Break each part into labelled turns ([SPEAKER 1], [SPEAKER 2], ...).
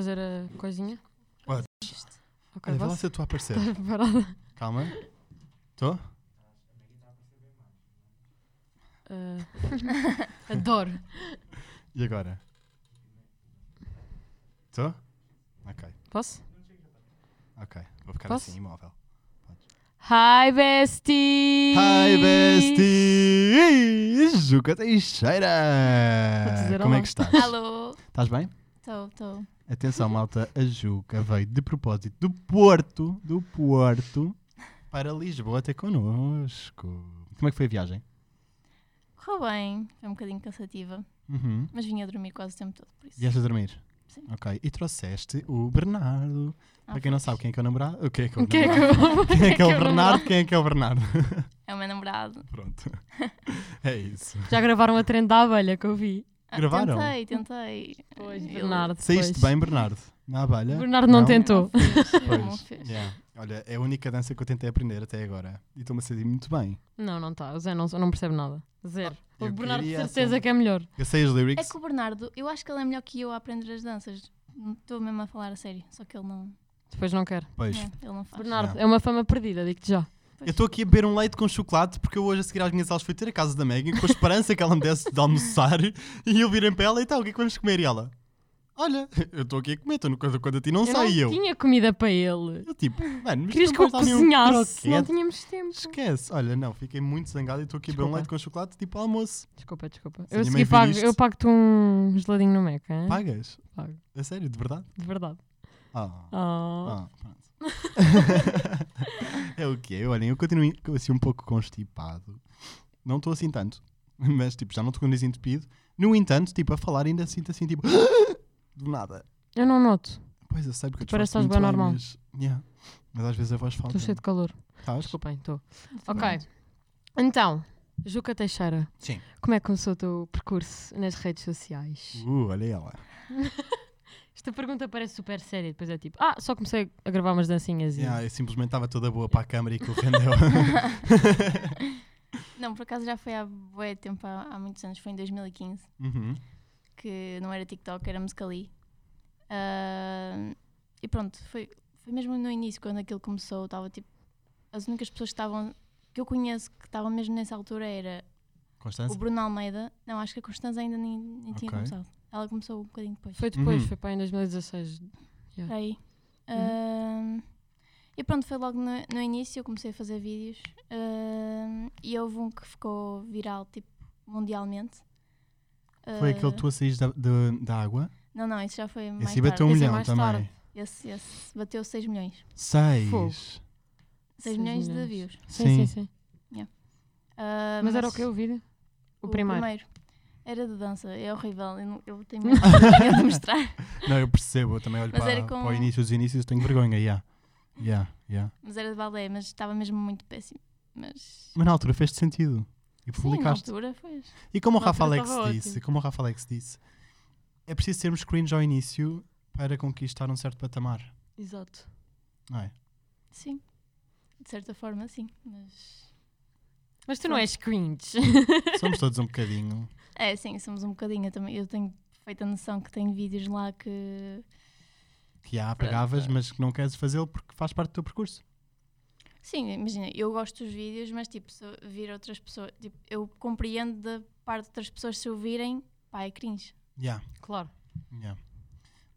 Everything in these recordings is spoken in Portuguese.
[SPEAKER 1] fazer a coisinha?
[SPEAKER 2] What?
[SPEAKER 1] Ok,
[SPEAKER 2] Olha, vê lá
[SPEAKER 1] posso?
[SPEAKER 2] se eu estou a aparecer.
[SPEAKER 1] Estás preparada?
[SPEAKER 2] é Calma. Estou?
[SPEAKER 1] Ah, adoro.
[SPEAKER 2] E agora? Estou? Ok,
[SPEAKER 1] Posso?
[SPEAKER 2] ok. Vou ficar
[SPEAKER 1] Posso?
[SPEAKER 2] assim, imóvel.
[SPEAKER 1] Hi, bestie!
[SPEAKER 2] Hi, besties! Juca tem cheira!
[SPEAKER 1] Vou dizer
[SPEAKER 2] Como
[SPEAKER 1] olá.
[SPEAKER 2] é que estás?
[SPEAKER 3] Alô?
[SPEAKER 2] Estás bem?
[SPEAKER 3] Estou, estou.
[SPEAKER 2] Atenção, malta, a Juca veio de propósito do Porto, do Porto, para Lisboa até connosco. Como é que foi a viagem?
[SPEAKER 3] Correu bem, foi um bocadinho cansativa,
[SPEAKER 2] Uhum.
[SPEAKER 3] mas vinha a dormir quase o tempo todo, por isso.
[SPEAKER 2] Vieste a dormir?
[SPEAKER 3] Sim.
[SPEAKER 2] Ok. E trouxeste o Bernardo.
[SPEAKER 3] Ah,
[SPEAKER 2] para quem não sabe quem é que é o namorado, o que é que é o
[SPEAKER 1] Quem é que
[SPEAKER 2] namorado?
[SPEAKER 1] eu-
[SPEAKER 2] Quem é que é o
[SPEAKER 1] eu não vou?
[SPEAKER 2] Bernardo? Quem é que é o Bernardo?
[SPEAKER 3] É o meu namorado.
[SPEAKER 2] Pronto. É isso.
[SPEAKER 1] Já gravaram a trend da abelha que eu vi.
[SPEAKER 3] Ah,
[SPEAKER 2] Gravaram?
[SPEAKER 3] Tentei, tentei.
[SPEAKER 1] Pois,
[SPEAKER 3] Ele- é um
[SPEAKER 1] Bernardo.
[SPEAKER 2] Saíste
[SPEAKER 1] pois.
[SPEAKER 2] bem, Bernardo? Na abelha?
[SPEAKER 1] Bernardo não,
[SPEAKER 3] Ele
[SPEAKER 1] tentou.
[SPEAKER 3] Não fez, ele não
[SPEAKER 2] Pois.
[SPEAKER 3] fez.
[SPEAKER 2] Yeah. Olha, é a única dança que eu tentei aprender até agora. E estou-me a sentir muito bem.
[SPEAKER 1] Não, não está. O Zé não, não percebe nada. Zero.
[SPEAKER 2] Eu
[SPEAKER 1] o Bernardo de
[SPEAKER 2] queria
[SPEAKER 1] certeza
[SPEAKER 2] assim-
[SPEAKER 1] que é melhor.
[SPEAKER 2] Eu sei as
[SPEAKER 3] É
[SPEAKER 2] lyrics.
[SPEAKER 3] que o Bernardo, eu acho que ele é melhor que eu a aprender as danças. Estou mesmo a falar a sério, só que ele não,
[SPEAKER 1] Depois não quer.
[SPEAKER 2] Pois.
[SPEAKER 3] não, ele não faz.
[SPEAKER 1] Bernardo,
[SPEAKER 2] Não.
[SPEAKER 1] é uma fama perdida, digo-te já.
[SPEAKER 2] Eu estou aqui a beber um leite com chocolate porque eu hoje a seguir às minhas aulas fui ter a casa da Megan com a esperança que ela me desse de almoçar e eu virem para ela e tal, o que é que vamos comer? E ela, olha, eu estou aqui a comer, estou no coisa quando a ti não
[SPEAKER 1] eu
[SPEAKER 2] sai
[SPEAKER 1] não
[SPEAKER 2] eu.
[SPEAKER 1] tinha comida para ele.
[SPEAKER 2] Eu tipo, mano, mas
[SPEAKER 1] Querias
[SPEAKER 2] tu
[SPEAKER 1] que eu
[SPEAKER 2] vais dar-me um
[SPEAKER 1] cozinhasse, não
[SPEAKER 2] croquete?
[SPEAKER 1] tínhamos tempo.
[SPEAKER 2] Esquece, olha, não, fiquei muito zangado e estou aqui a beber um
[SPEAKER 1] Desculpa.
[SPEAKER 2] leite com chocolate tipo almoço.
[SPEAKER 1] Desculpa, desculpa.
[SPEAKER 2] Se
[SPEAKER 1] Eu,
[SPEAKER 2] minha
[SPEAKER 1] segui
[SPEAKER 2] mãe vir
[SPEAKER 1] pago,
[SPEAKER 2] isto-
[SPEAKER 1] eu pago-te um geladinho no Meca, hein?
[SPEAKER 2] Pagas?
[SPEAKER 1] Pago.
[SPEAKER 2] A É sério, de verdade?
[SPEAKER 1] de verdade.
[SPEAKER 2] Ah.
[SPEAKER 1] Oh.
[SPEAKER 2] Ah, pronto. é o quê? Olhem, eu continuo in- assim um pouco constipado. Não estou assim tanto, mas tipo, já não estou com o nariz entupido. No entanto, tipo, a falar ainda sinto assim, tipo, do nada.
[SPEAKER 1] Eu não noto.
[SPEAKER 2] Pois eu sei porque eu
[SPEAKER 1] Tu parece
[SPEAKER 2] disfarço
[SPEAKER 1] que estás
[SPEAKER 2] muito
[SPEAKER 1] bem
[SPEAKER 2] bem,
[SPEAKER 1] normal.
[SPEAKER 2] Mas, yeah. mas às vezes a voz falta.
[SPEAKER 1] Estou cheio de calor.
[SPEAKER 2] Estás?
[SPEAKER 1] Desculpem, estou. Ok. Então, Juca Teixeira,
[SPEAKER 2] Sim.
[SPEAKER 1] como é que começou o teu percurso nas redes sociais?
[SPEAKER 2] Uh, olha ela.
[SPEAKER 1] Esta pergunta parece super séria, depois é tipo, ah, só comecei a gravar umas dancinhas e.
[SPEAKER 2] Yeah, eu simplesmente estava toda boa para a câmara e que rendeu.
[SPEAKER 3] Não, por acaso já foi há bué tempo, há, há muitos anos, foi em 2015,
[SPEAKER 2] uhum.
[SPEAKER 3] que não era TikTok, era Musical.ly. Ah, e pronto, foi, foi mesmo no início, quando aquilo começou, estava tipo... As únicas pessoas que estavam... Que eu conheço que estavam mesmo nessa altura era o
[SPEAKER 2] Constância?
[SPEAKER 3] Bruno Almeida. Não, acho que a Constanza ainda nem, nem tinha
[SPEAKER 2] Ok.
[SPEAKER 3] começado. Ela começou um bocadinho depois.
[SPEAKER 1] Foi depois,
[SPEAKER 2] Uhum.
[SPEAKER 1] foi para em 2016.
[SPEAKER 3] Por aí.
[SPEAKER 2] Uhum.
[SPEAKER 3] Ahm, e pronto, foi logo no, no início, eu comecei a fazer vídeos. ahm, e houve um que ficou viral, tipo, mundialmente.
[SPEAKER 2] Foi
[SPEAKER 3] Ah,
[SPEAKER 2] aquele tu a saís da, de- da água?
[SPEAKER 3] Não, não, isso já foi mais
[SPEAKER 2] Esse
[SPEAKER 3] tarde.
[SPEAKER 2] bateu um
[SPEAKER 1] Esse é
[SPEAKER 2] milhão
[SPEAKER 1] mais
[SPEAKER 2] também.
[SPEAKER 1] tarde.
[SPEAKER 3] Esse, esse bateu 6 milhões.
[SPEAKER 1] Fogo.
[SPEAKER 2] Seis.
[SPEAKER 3] 6 milhões, de views.
[SPEAKER 1] Sim, sim,
[SPEAKER 2] Sim.
[SPEAKER 1] sim.
[SPEAKER 3] Ah,
[SPEAKER 1] Mas, era o que? O vídeo? O, primeiro.
[SPEAKER 3] Era de dança, é horrível. Eu, não- eu tenho medo de mostrar.
[SPEAKER 2] Não, eu percebo, eu também olho
[SPEAKER 3] Mas
[SPEAKER 2] para,
[SPEAKER 3] era
[SPEAKER 2] para
[SPEAKER 3] com-
[SPEAKER 2] o início dos inícios e tenho vergonha, yeah. Yeah, yeah.
[SPEAKER 3] Mas era de balé, mas estava mesmo muito péssimo. Mas.
[SPEAKER 2] Mas na altura fez-te sentido e
[SPEAKER 3] Sim, na
[SPEAKER 2] publicaste.
[SPEAKER 3] altura foi.
[SPEAKER 2] e como o
[SPEAKER 1] na
[SPEAKER 2] Rafa
[SPEAKER 1] altura
[SPEAKER 2] Alex
[SPEAKER 1] estava
[SPEAKER 2] disse,
[SPEAKER 1] ótimo.
[SPEAKER 2] como o Rafa Alex disse, é preciso sermos cringe ao início para conquistar um certo patamar,
[SPEAKER 1] Exato.
[SPEAKER 2] não é?
[SPEAKER 3] Sim. De certa forma, sim. Mas.
[SPEAKER 1] Mas tu não és cringe.
[SPEAKER 2] Somos todos um bocadinho.
[SPEAKER 3] É, sim, somos um bocadinho. Eu, também, eu tenho feita noção que tenho vídeos lá que.
[SPEAKER 2] Que há, pegavas, mas que não queres fazê-lo porque faz parte do teu percurso.
[SPEAKER 3] Sim, imagina, eu gosto dos vídeos, mas tipo, se eu vir outras pessoas. Tipo, eu compreendo da parte de outras pessoas se ouvirem, pá, é cringe.
[SPEAKER 2] Yeah.
[SPEAKER 1] claro.
[SPEAKER 2] Yeah.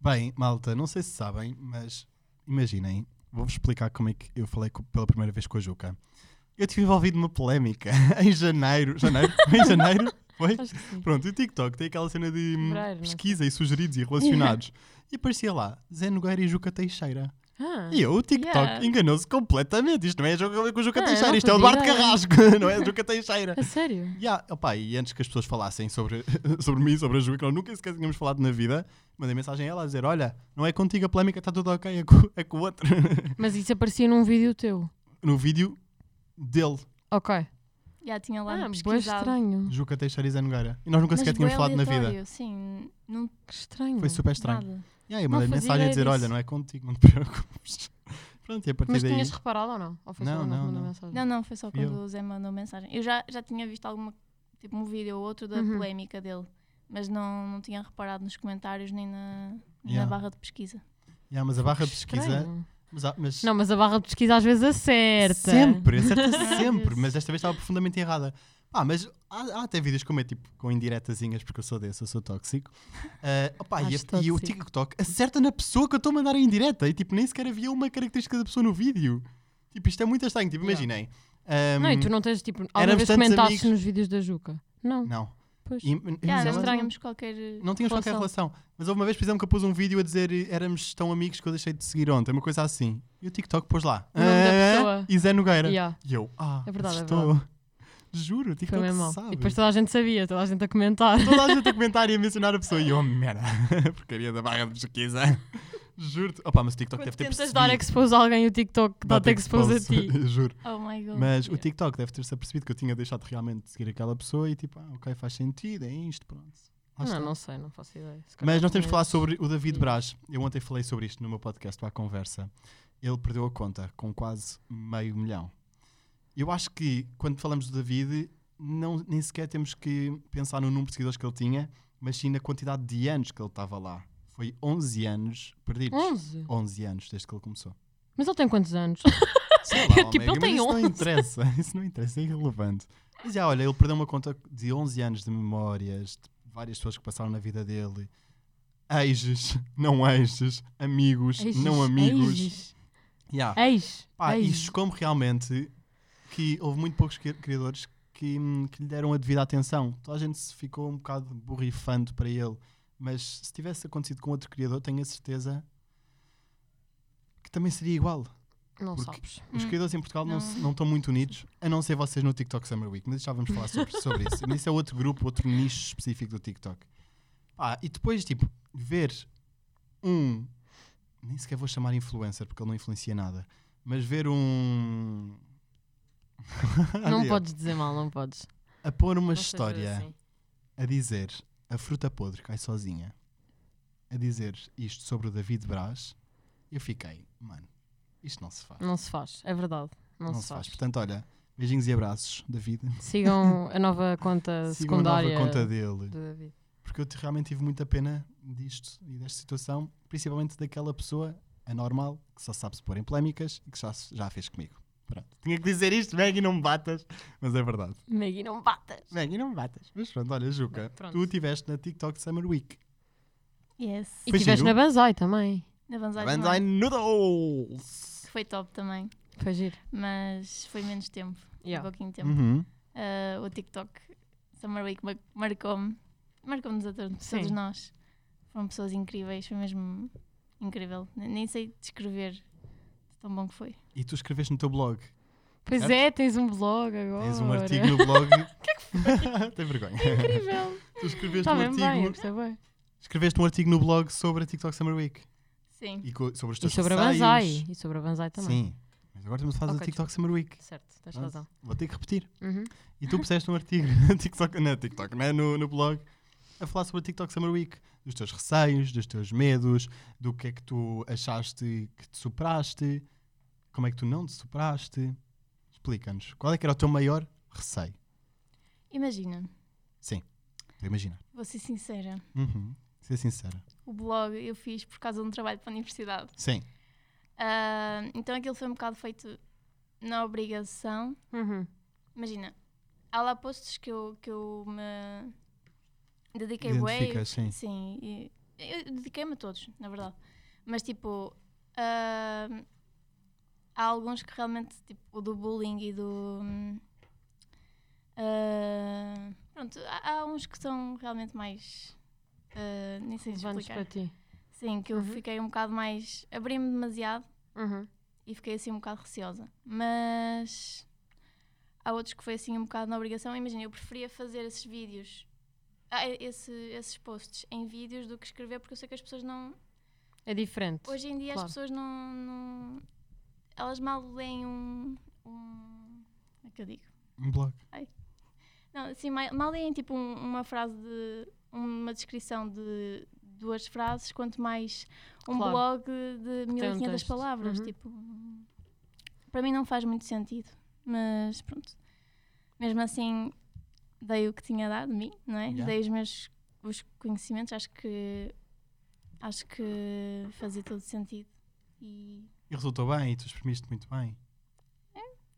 [SPEAKER 2] Bem, malta, não sei se sabem, mas imaginem, vou-vos explicar como é que eu falei co- pela primeira vez com a Juca. Eu tive envolvido numa polémica em janeiro. Janeiro? em janeiro? Foi?
[SPEAKER 1] Acho que sim.
[SPEAKER 2] Pronto, e o TikTok tem aquela cena de hum,
[SPEAKER 1] Fevereiro, não
[SPEAKER 2] pesquisa e sugeridos e relacionados. e aparecia lá, Zé Nogueira e Juca Teixeira.
[SPEAKER 1] Ah,
[SPEAKER 2] E eu, o TikTok
[SPEAKER 3] Yeah.
[SPEAKER 2] enganou-se completamente. Isto não é Juca, com o Juca
[SPEAKER 1] Ah, eu
[SPEAKER 2] Teixeira,
[SPEAKER 1] não
[SPEAKER 2] isto é o
[SPEAKER 1] fazia
[SPEAKER 2] Eduardo
[SPEAKER 1] ideia.
[SPEAKER 2] Carrasco, não é Juca Teixeira.
[SPEAKER 1] a sério?
[SPEAKER 2] Ya, opá, e antes que as pessoas falassem sobre, sobre mim, sobre a Ju, que nós nunca sequer tínhamos falado na vida, mandei mensagem a ela a dizer: Olha, não é contigo a polémica, está tudo ok, é com, é com o outro.
[SPEAKER 1] Mas isso aparecia num vídeo teu.
[SPEAKER 2] no vídeo dele,
[SPEAKER 1] Ok.
[SPEAKER 3] Já tinha lá
[SPEAKER 1] Ah, boa
[SPEAKER 3] pesquisado.
[SPEAKER 1] estranho.
[SPEAKER 2] Juca Teixeira e Zé Nogueira. E nós nunca
[SPEAKER 3] Mas
[SPEAKER 2] sequer
[SPEAKER 3] bué
[SPEAKER 2] tínhamos falado na vida.
[SPEAKER 3] aleatório, Sim, não
[SPEAKER 1] Que estranho.
[SPEAKER 2] Foi super estranho.
[SPEAKER 3] nada.
[SPEAKER 2] Ya, eu mandei
[SPEAKER 1] fazia
[SPEAKER 2] mensagem a
[SPEAKER 1] ideia
[SPEAKER 2] dizer:
[SPEAKER 1] disso.
[SPEAKER 2] Olha, não é contigo, não te preocupes. Pronto, e a partir
[SPEAKER 1] Mas
[SPEAKER 2] daí.
[SPEAKER 1] tinhas reparado ou não? Ou foi
[SPEAKER 2] Não,
[SPEAKER 1] só
[SPEAKER 2] não,
[SPEAKER 1] não,
[SPEAKER 2] não.
[SPEAKER 1] mensagem?
[SPEAKER 3] Não, não, foi só
[SPEAKER 2] Fui
[SPEAKER 3] quando o Zé mandou mensagem. Eu já, já tinha visto alguma, tipo, um vídeo ou outro da
[SPEAKER 1] Uhum.
[SPEAKER 3] polémica dele. Mas não, não tinha reparado nos comentários nem na, nem
[SPEAKER 2] Yeah.
[SPEAKER 3] na barra de pesquisa.
[SPEAKER 2] Yeah, mas a barra de pesquisa.
[SPEAKER 1] Estranho.
[SPEAKER 2] Mas, há- mas
[SPEAKER 1] Não, mas a barra de pesquisa às vezes acerta.
[SPEAKER 2] Sempre, acerta sempre,
[SPEAKER 1] Deus.
[SPEAKER 2] mas desta vez estava profundamente errada. Ah, mas há, há até vídeos como é tipo com indiretazinhas, porque eu sou desse, eu sou tóxico. Ah, opá, e,
[SPEAKER 1] Acho
[SPEAKER 2] a- e o
[SPEAKER 1] tóxico.
[SPEAKER 2] TikTok acerta na pessoa que eu estou a mandar a indireta e tipo nem sequer havia uma característica da pessoa no vídeo. Tipo, isto é muito estranho. Tipo,
[SPEAKER 1] Yeah.
[SPEAKER 2] imaginei.
[SPEAKER 1] Não, e tu
[SPEAKER 2] ahm,
[SPEAKER 1] não tens tipo. Alguma
[SPEAKER 2] éramos
[SPEAKER 1] vez
[SPEAKER 2] tantos
[SPEAKER 1] comentaste
[SPEAKER 2] amigos.
[SPEAKER 1] nos vídeos da Juca? Não.
[SPEAKER 2] não.
[SPEAKER 1] Pois.
[SPEAKER 2] E- e-
[SPEAKER 3] Yeah,
[SPEAKER 2] mas
[SPEAKER 3] nós
[SPEAKER 2] ela-
[SPEAKER 1] estranho.
[SPEAKER 3] não tínhamos qualquer.
[SPEAKER 2] não tínhamos qualquer relação. Mas houve uma vez, por exemplo, que eu pus um vídeo a dizer eh, éramos tão amigos que eu deixei de seguir ontem, uma coisa assim. E o TikTok pôs lá.
[SPEAKER 1] O nome da
[SPEAKER 2] "Ah,
[SPEAKER 1] pessoa."
[SPEAKER 2] E Zé Nogueira.
[SPEAKER 1] Yeah.
[SPEAKER 2] E eu, ah,
[SPEAKER 1] É verdade, é
[SPEAKER 2] estou. Juro, o
[SPEAKER 1] Foi
[SPEAKER 2] TikTok
[SPEAKER 1] mesmo mal.
[SPEAKER 2] sabe.
[SPEAKER 1] E depois toda a gente sabia, toda a gente a comentar.
[SPEAKER 2] Toda a gente a comentar e a mencionar a pessoa. E eu, "Oh, merda, porcaria da barra de pesquisa. Juro-te. Opa, mas o TikTok
[SPEAKER 1] Quando
[SPEAKER 2] deve ter
[SPEAKER 1] tentas
[SPEAKER 2] percebido.
[SPEAKER 1] dar expose a alguém, o TikTok dá-te expose a ti.
[SPEAKER 2] Juro.
[SPEAKER 3] Oh my god.
[SPEAKER 2] Mas o
[SPEAKER 1] yeah.
[SPEAKER 2] TikTok deve ter-se apercebido que eu tinha deixado realmente de seguir aquela pessoa e tipo, ah, ok, faz sentido, é isto, pronto. Lá está.
[SPEAKER 1] Não, não sei, não faço ideia. Se calhar
[SPEAKER 2] Mas nós temos
[SPEAKER 1] tinha-
[SPEAKER 2] que falar sobre o David
[SPEAKER 1] Sim.
[SPEAKER 2] Braz. Eu ontem falei sobre isto no meu podcast, o à conversa. Ele perdeu a conta com quase meio milhão. Eu acho que quando falamos do David, não, nem sequer temos que pensar no número de seguidores que ele tinha, mas sim na quantidade de anos que ele estava lá. Foi 11 anos perdidos.
[SPEAKER 1] 11.
[SPEAKER 2] 11 anos desde que ele começou.
[SPEAKER 1] Mas ele tem quantos anos?
[SPEAKER 2] Sei lá,
[SPEAKER 1] Tipo, ele
[SPEAKER 2] amiga, mas
[SPEAKER 1] tem
[SPEAKER 2] isso não
[SPEAKER 1] 11.
[SPEAKER 2] interessa. Isso não interessa, é irrelevante. Mas já, olha, ele perdeu uma conta de 11 anos de memórias, de várias pessoas que passaram na vida dele. Ex, não ex, amigos, não amigos.
[SPEAKER 1] Ex.
[SPEAKER 2] Já.
[SPEAKER 1] Ex.
[SPEAKER 2] Pá, e
[SPEAKER 1] ex.
[SPEAKER 2] chocou-me realmente que houve muito poucos cri- criadores que, hum, que lhe deram a devida atenção. Toda a gente se ficou um bocado borrifando para ele. Mas se tivesse acontecido com outro criador, tenho a certeza que também seria igual.
[SPEAKER 1] Não
[SPEAKER 2] porque-
[SPEAKER 1] sabes.
[SPEAKER 2] Os
[SPEAKER 3] Hum,
[SPEAKER 2] criadores em Portugal não,
[SPEAKER 3] não.
[SPEAKER 2] se- não estão muito unidos, a não ser vocês no TikTok Summer Week, mas já vamos falar sobre, sobre isso. Mas isso é outro grupo, outro nicho específico do TikTok. Ah, e depois, tipo, ver um. Nem sequer vou chamar influencer, porque ele não influencia nada. Mas ver um.
[SPEAKER 1] Não
[SPEAKER 2] Ariel,
[SPEAKER 1] podes dizer mal, não podes.
[SPEAKER 2] A pôr uma
[SPEAKER 1] Não sejas
[SPEAKER 2] história
[SPEAKER 1] assim.
[SPEAKER 2] a dizer a fruta podre cai sozinha, a dizer isto sobre o David Braz, eu fiquei, mano, isto não se faz.
[SPEAKER 1] Não se faz, é verdade. Não, se, faz.
[SPEAKER 2] Portanto, olha, beijinhos e abraços, David.
[SPEAKER 1] Sigam a nova conta
[SPEAKER 2] Sigam a
[SPEAKER 1] secundária
[SPEAKER 2] nova conta dele.
[SPEAKER 1] do David.
[SPEAKER 2] Porque eu te- realmente tive muita pena disto e desta situação, principalmente daquela pessoa anormal que só sabe se pôr em polémicas e que já, se- já fez comigo. Pronto. Tinha que dizer isto, Maggie, não me batas. Mas é verdade.
[SPEAKER 1] Maggie, não batas.
[SPEAKER 2] Maggie, não me batas. Mas pronto, olha, Juca,
[SPEAKER 1] Bem, um pronto.
[SPEAKER 2] tu tipo, estiveste na TikTok Summer Week.
[SPEAKER 3] Yes.
[SPEAKER 1] E
[SPEAKER 2] Foi
[SPEAKER 1] estiveste na
[SPEAKER 2] giro.
[SPEAKER 1] Banzai também.
[SPEAKER 3] Na Banzai.
[SPEAKER 2] Banzai
[SPEAKER 3] também,
[SPEAKER 2] Noodles!
[SPEAKER 3] que Foi top também.
[SPEAKER 1] Foi giro.
[SPEAKER 3] Mas foi menos tempo. foi
[SPEAKER 1] Yeah.
[SPEAKER 3] Pouquinho tempo.
[SPEAKER 2] Uhum.
[SPEAKER 3] Ah, o TikTok Summer Week mar- marcou-me. Marcou-nos a todos,
[SPEAKER 1] Sim.
[SPEAKER 3] todos nós. Foram pessoas incríveis, foi mesmo incrível. Nem nem sei descrever de tão bom que foi.
[SPEAKER 2] E tu escreveste no teu blog.
[SPEAKER 1] Pois
[SPEAKER 2] Certo?
[SPEAKER 1] é, tens um blog agora.
[SPEAKER 2] Tens um artigo no blog.
[SPEAKER 1] é
[SPEAKER 2] Tem vergonha.
[SPEAKER 1] Incrível.
[SPEAKER 2] Tu escreveste
[SPEAKER 1] Está
[SPEAKER 2] um
[SPEAKER 1] bem bem, eu
[SPEAKER 2] artigo
[SPEAKER 1] gostei bem.
[SPEAKER 2] Escreveste um artigo no blog sobre a TikTok Summer Week
[SPEAKER 3] Sim.
[SPEAKER 2] e co- sobre os
[SPEAKER 1] E
[SPEAKER 2] teus
[SPEAKER 1] sobre a
[SPEAKER 2] receios.
[SPEAKER 1] Banzai. E sobre a Banzai também.
[SPEAKER 2] Sim, mas agora estamos a falar da
[SPEAKER 1] Ok,
[SPEAKER 2] TikTok Summer Week.
[SPEAKER 1] Certo, tens
[SPEAKER 2] Pronto.
[SPEAKER 1] razão.
[SPEAKER 2] Vou ter que repetir.
[SPEAKER 1] Uhum.
[SPEAKER 2] E tu puseste um artigo na TikTok, na TikTok né? no, no blog a falar sobre a TikTok Summer Week, dos teus receios, dos teus medos, do que é que tu achaste que te superaste, como é que tu não te superaste. Explica-nos, qual é que era o teu maior receio?
[SPEAKER 3] Imagina,
[SPEAKER 2] Vou imaginar.
[SPEAKER 3] vou ser sincera,
[SPEAKER 2] Uhum. Ser sincera.
[SPEAKER 3] o blog eu fiz por causa de um trabalho para a universidade.
[SPEAKER 2] Sim.
[SPEAKER 3] Ah, então aquilo foi um bocado feito na obrigação
[SPEAKER 1] Uhum.
[SPEAKER 3] Imagina, há lá postos que eu, que eu me dediquei bué.
[SPEAKER 2] Identificas, sim.
[SPEAKER 3] Sim, e- eu dediquei-me a todos, na verdade. Mas tipo, ahm, há alguns que realmente, tipo, o do bullying e do. hum, ah, pronto, há, há uns que são realmente mais. ah, nem sei
[SPEAKER 1] Vamos para Uhum.
[SPEAKER 3] explicar.
[SPEAKER 1] ti.
[SPEAKER 3] Sim, que eu fiquei um bocado mais. abri-me demasiado
[SPEAKER 1] Uhum.
[SPEAKER 3] e fiquei assim um bocado receosa. Mas há outros que foi assim um bocado na obrigação. Imagina, eu preferia fazer esses vídeos, ah, e- esse- esses posts em vídeos do que escrever, porque eu sei que as pessoas não.
[SPEAKER 1] É diferente.
[SPEAKER 3] Hoje em dia
[SPEAKER 1] Claro.
[SPEAKER 3] as pessoas não, não- Elas mal leem um. um como é que eu digo?
[SPEAKER 2] Um blog.
[SPEAKER 3] Não, assim, mai- mal leem tipo um- uma frase de. uma descrição de duas frases, quanto mais um
[SPEAKER 1] Claro.
[SPEAKER 3] blog de
[SPEAKER 1] tem um
[SPEAKER 3] 1500
[SPEAKER 1] texto.
[SPEAKER 3] palavras.
[SPEAKER 1] Uhum.
[SPEAKER 3] Tipo, para mim não faz muito sentido, mas pronto. Mesmo assim, dei o que tinha dado de mim, não é?
[SPEAKER 2] Yeah.
[SPEAKER 3] Dei os meus os conhecimentos, acho que acho que fazia todo sentido. E
[SPEAKER 2] E resultou bem e tu exprimiste muito bem.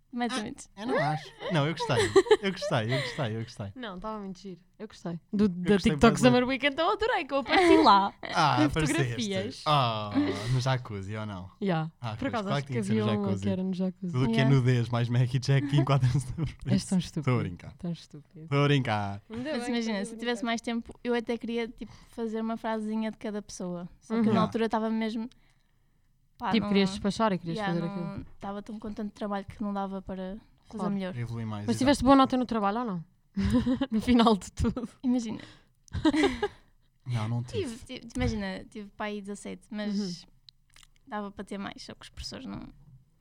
[SPEAKER 3] mais
[SPEAKER 1] Ah,
[SPEAKER 3] ou menos.
[SPEAKER 2] Eu não acho. Não, eu gostei. Eu gostei, eu gostei, eu gostei.
[SPEAKER 1] Não, estava muito giro. Eu gostei. Do, da
[SPEAKER 2] gostei
[SPEAKER 1] TikTok
[SPEAKER 2] bué,
[SPEAKER 1] Summer Weekend eu adorei, que eu apareci lá.
[SPEAKER 2] Ah,
[SPEAKER 1] Em
[SPEAKER 2] apareceste.
[SPEAKER 1] É. fotografias.
[SPEAKER 2] Ah, no jacuzzi ou não?
[SPEAKER 1] Yeah.
[SPEAKER 2] Ah,
[SPEAKER 1] Por
[SPEAKER 2] pois,
[SPEAKER 1] acaso
[SPEAKER 2] claro
[SPEAKER 1] acho
[SPEAKER 2] que
[SPEAKER 1] que
[SPEAKER 2] tinha que ser
[SPEAKER 1] havia
[SPEAKER 2] no
[SPEAKER 1] uma que
[SPEAKER 2] jacuzzi.
[SPEAKER 1] era no jacuzzi.
[SPEAKER 2] Tudo o que é
[SPEAKER 3] Yeah.
[SPEAKER 2] nudez, mais Mac e Jack enquadra-se na
[SPEAKER 1] És
[SPEAKER 2] frente.
[SPEAKER 1] tão estúpido.
[SPEAKER 2] Estou a brincar.
[SPEAKER 1] Tão Tipo, estúpido.
[SPEAKER 2] Estou a brincar.
[SPEAKER 1] é
[SPEAKER 3] Mas imagina, se eu tivesse mais tempo, eu até queria tipo, fazer uma frasezinha de cada pessoa. Só que eu,
[SPEAKER 1] Uhum.
[SPEAKER 3] na altura estava mesmo. pá,
[SPEAKER 1] Tipo,
[SPEAKER 3] não-
[SPEAKER 1] querias despachar e querias
[SPEAKER 3] yeah,
[SPEAKER 1] fazer
[SPEAKER 3] não-
[SPEAKER 1] aquilo.
[SPEAKER 3] Estava tão com tanto trabalho que não dava para fazer
[SPEAKER 1] Claro.
[SPEAKER 3] melhor.
[SPEAKER 2] Evolui mais.
[SPEAKER 1] Mas
[SPEAKER 2] exato.
[SPEAKER 1] tiveste boa nota no trabalho ou não? no final de tudo.
[SPEAKER 3] Imagina,
[SPEAKER 2] Não, não tive.
[SPEAKER 3] tive, tive- imagina, tive para aí 17, mas
[SPEAKER 1] Uhum.
[SPEAKER 3] dava para ter mais, só que os professores não.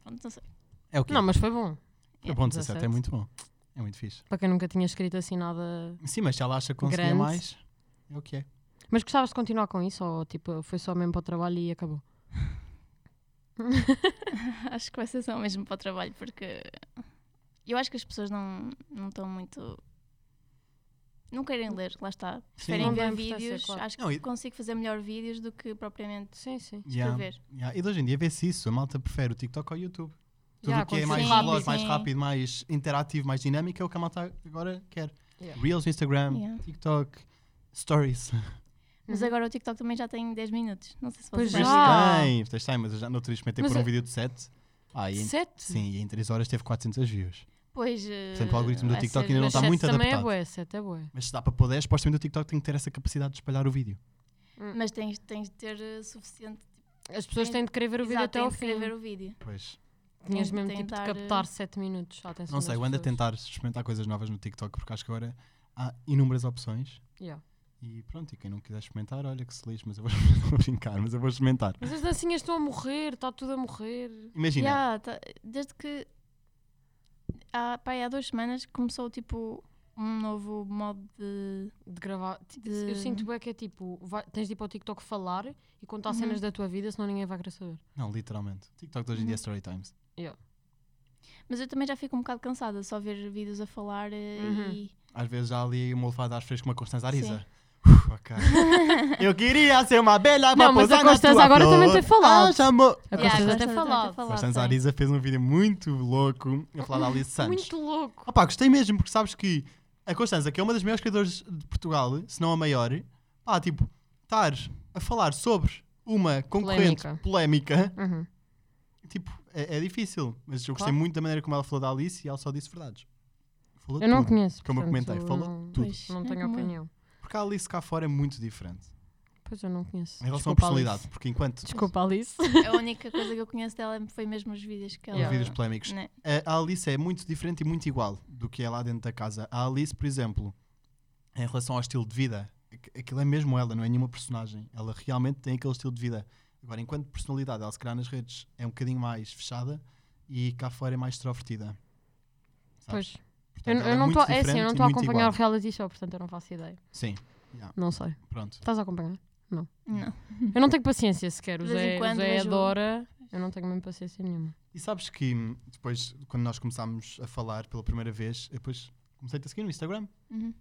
[SPEAKER 3] Pronto, não sei.
[SPEAKER 2] É o quê?
[SPEAKER 1] Não, mas foi bom.
[SPEAKER 2] é bom, 17,
[SPEAKER 1] 17.
[SPEAKER 2] é muito bom. É muito fixe.
[SPEAKER 1] Para quem nunca tinha escrito assim nada.
[SPEAKER 2] Sim, mas se ela acha que conseguia
[SPEAKER 1] Grande.
[SPEAKER 2] mais, é o que é.
[SPEAKER 1] Mas gostavas de continuar com isso ou tipo, foi só mesmo para o trabalho e acabou?
[SPEAKER 3] Acho que vai ser só mesmo para o trabalho, porque eu acho que as pessoas não, não estão muito. Não querem ler, lá está. Preferem
[SPEAKER 1] não
[SPEAKER 3] ver
[SPEAKER 1] devem prestar
[SPEAKER 3] vídeos.
[SPEAKER 1] ser, claro.
[SPEAKER 3] Acho que
[SPEAKER 2] Não, e-
[SPEAKER 3] consigo fazer melhor vídeos do que propriamente
[SPEAKER 1] Sim, sim.
[SPEAKER 2] Yeah,
[SPEAKER 3] escrever.
[SPEAKER 2] yeah. E de hoje em dia vê-se isso. A malta prefere o TikTok ao YouTube. Tudo
[SPEAKER 1] Yeah,
[SPEAKER 2] o que é
[SPEAKER 1] conteúdo
[SPEAKER 2] mais
[SPEAKER 3] sim,
[SPEAKER 2] veloz,
[SPEAKER 3] sim.
[SPEAKER 2] mais rápido, mais interativo, mais dinâmico é o que a malta agora quer.
[SPEAKER 1] Yeah.
[SPEAKER 2] Reels no Instagram,
[SPEAKER 3] Yeah.
[SPEAKER 2] TikTok, Stories.
[SPEAKER 3] Mas agora o TikTok também já tem 10 minutos. Não sei se
[SPEAKER 1] Uhum. Pois
[SPEAKER 3] vocês Ah,
[SPEAKER 1] Já.
[SPEAKER 2] Mas
[SPEAKER 3] sabem.
[SPEAKER 2] tem, mas tem, mas eu já no outro dia experimentei
[SPEAKER 1] Mas
[SPEAKER 2] por um
[SPEAKER 1] eu-
[SPEAKER 2] vídeo de 7. Ah, e em,
[SPEAKER 1] Sete?
[SPEAKER 2] sim, e em 3 horas teve 400 views.
[SPEAKER 3] Pois. eh,
[SPEAKER 2] Portanto, o algoritmo do
[SPEAKER 3] vai
[SPEAKER 2] TikTok
[SPEAKER 3] ser-
[SPEAKER 2] ainda não
[SPEAKER 1] Mas
[SPEAKER 2] tá está
[SPEAKER 1] sete
[SPEAKER 2] muito
[SPEAKER 1] também
[SPEAKER 2] adaptado.
[SPEAKER 1] é bué, sete é bué.
[SPEAKER 2] Mas se dá para poder, supostamente o TikTok tem que ter essa capacidade de espalhar o vídeo.
[SPEAKER 3] Mas tens, tens de ter eh, suficiente.
[SPEAKER 1] As pessoas
[SPEAKER 3] Tem-
[SPEAKER 1] têm de querer ver o vídeo
[SPEAKER 3] Exato,
[SPEAKER 1] até
[SPEAKER 3] tem
[SPEAKER 1] ao
[SPEAKER 3] de
[SPEAKER 1] fim.
[SPEAKER 3] querer ver o vídeo.
[SPEAKER 2] Pois.
[SPEAKER 1] Tinhas
[SPEAKER 3] Tem-
[SPEAKER 1] mesmo
[SPEAKER 3] tem
[SPEAKER 1] tipo
[SPEAKER 3] de
[SPEAKER 1] de
[SPEAKER 3] dar,
[SPEAKER 1] captar
[SPEAKER 3] eh,
[SPEAKER 1] 7 minutos. à atenção
[SPEAKER 2] Não sei,
[SPEAKER 1] das
[SPEAKER 2] eu ando a
[SPEAKER 1] pessoas.
[SPEAKER 2] tentar experimentar coisas novas no TikTok, porque acho que agora há inúmeras opções.
[SPEAKER 1] Yeah.
[SPEAKER 2] E pronto, e quem não quiser experimentar, olha que se lixe, mas eu vou, vou brincar, mas eu vou experimentar.
[SPEAKER 1] Mas as dancinhas estão a morrer, está tudo a morrer.
[SPEAKER 2] Imagina,
[SPEAKER 3] Yeah, tá- desde que há, pá, aí há duas semanas começou tipo um novo modo de.
[SPEAKER 1] De gravar. Ti-
[SPEAKER 3] De-
[SPEAKER 1] Eu sinto bem que é tipo, vai- tens de ir para o TikTok falar e contar
[SPEAKER 3] Uhum.
[SPEAKER 1] cenas da tua vida, senão ninguém vai querer saber.
[SPEAKER 2] não, literalmente. TikTok de hoje em dia é story times.
[SPEAKER 3] Mas eu também já fico um bocado cansada só ver vídeos a falar eh,
[SPEAKER 1] Uhum.
[SPEAKER 3] e.
[SPEAKER 2] Às vezes há ali uma levada às frescas com uma Constanza
[SPEAKER 3] Sim.
[SPEAKER 2] Arisa. Uf, ok. eu queria ser uma abelha,
[SPEAKER 1] Não, mas a Constanza agora também tem falado.
[SPEAKER 2] Ah, chamou.
[SPEAKER 1] A
[SPEAKER 3] Yeah,
[SPEAKER 1] Constanza
[SPEAKER 3] a
[SPEAKER 1] tem
[SPEAKER 3] Constanza
[SPEAKER 1] falado.
[SPEAKER 3] tem falado,
[SPEAKER 2] Constanza
[SPEAKER 3] tem.
[SPEAKER 2] Arisa fez um vídeo muito louco a falar da Alice Santos.
[SPEAKER 1] Muito louco.
[SPEAKER 2] Opa, gostei mesmo, porque sabes que a Constanza, que é uma das maiores criadoras de Portugal, se não a maior, pá, tipo, estar a falar sobre uma concorrente
[SPEAKER 1] Polémica.
[SPEAKER 2] polémica
[SPEAKER 1] Uhum.
[SPEAKER 2] tipo, é, é difícil, mas eu gostei
[SPEAKER 1] Claro.
[SPEAKER 2] muito da maneira como ela falou da Alice e ela só disse verdades. Falou
[SPEAKER 1] Eu não
[SPEAKER 2] tudo.
[SPEAKER 1] conheço.
[SPEAKER 2] Como eu
[SPEAKER 1] portanto,
[SPEAKER 2] comentei, falou
[SPEAKER 1] não,
[SPEAKER 2] tudo.
[SPEAKER 3] Pois,
[SPEAKER 1] Não
[SPEAKER 3] é
[SPEAKER 1] tenho
[SPEAKER 3] como eu.
[SPEAKER 1] opinião.
[SPEAKER 2] Porque a Alice cá fora é muito diferente
[SPEAKER 1] Pois eu não conheço.
[SPEAKER 2] em relação
[SPEAKER 1] Desculpa,
[SPEAKER 2] à personalidade,
[SPEAKER 1] Alice.
[SPEAKER 2] porque enquanto
[SPEAKER 1] Desculpa, Alice.
[SPEAKER 3] A única coisa que eu conheço dela é- foi mesmo os vídeos que ela.
[SPEAKER 2] os vídeos polémicos,
[SPEAKER 1] Hum.
[SPEAKER 3] né?
[SPEAKER 2] a a Alice é muito diferente e muito igual do que é lá dentro da casa. A Alice, por exemplo, em relação ao estilo de vida, aqu- aquilo é mesmo ela, não é nenhuma personagem. Ela realmente tem aquele estilo de vida. Agora, enquanto personalidade, ela se calhar nas redes é um bocadinho mais fechada e cá fora é mais extrovertida. Sabes?
[SPEAKER 1] Pois. Eu,
[SPEAKER 2] Portanto,
[SPEAKER 1] eu
[SPEAKER 2] ela
[SPEAKER 1] não
[SPEAKER 2] muito
[SPEAKER 1] estou é assim,
[SPEAKER 2] diferente
[SPEAKER 1] eu
[SPEAKER 2] e
[SPEAKER 1] não estou a
[SPEAKER 2] muito
[SPEAKER 1] acompanhar o
[SPEAKER 2] igual.
[SPEAKER 1] reality show, portanto eu não faço ideia.
[SPEAKER 2] Sim,
[SPEAKER 1] Não sei. Hum.
[SPEAKER 2] pronto.
[SPEAKER 1] Estás a acompanhar?
[SPEAKER 3] Não.
[SPEAKER 1] Eu não tenho paciência sequer. O
[SPEAKER 3] De vez em
[SPEAKER 1] Zé, o
[SPEAKER 3] quando
[SPEAKER 1] Zé
[SPEAKER 3] vejo- um.
[SPEAKER 1] adora. Eu não tenho mesmo paciência nenhuma.
[SPEAKER 2] E sabes que hum, depois, quando nós começámos a falar pela primeira vez, eu depois comecei-te a seguir no Instagram.
[SPEAKER 3] Uhum.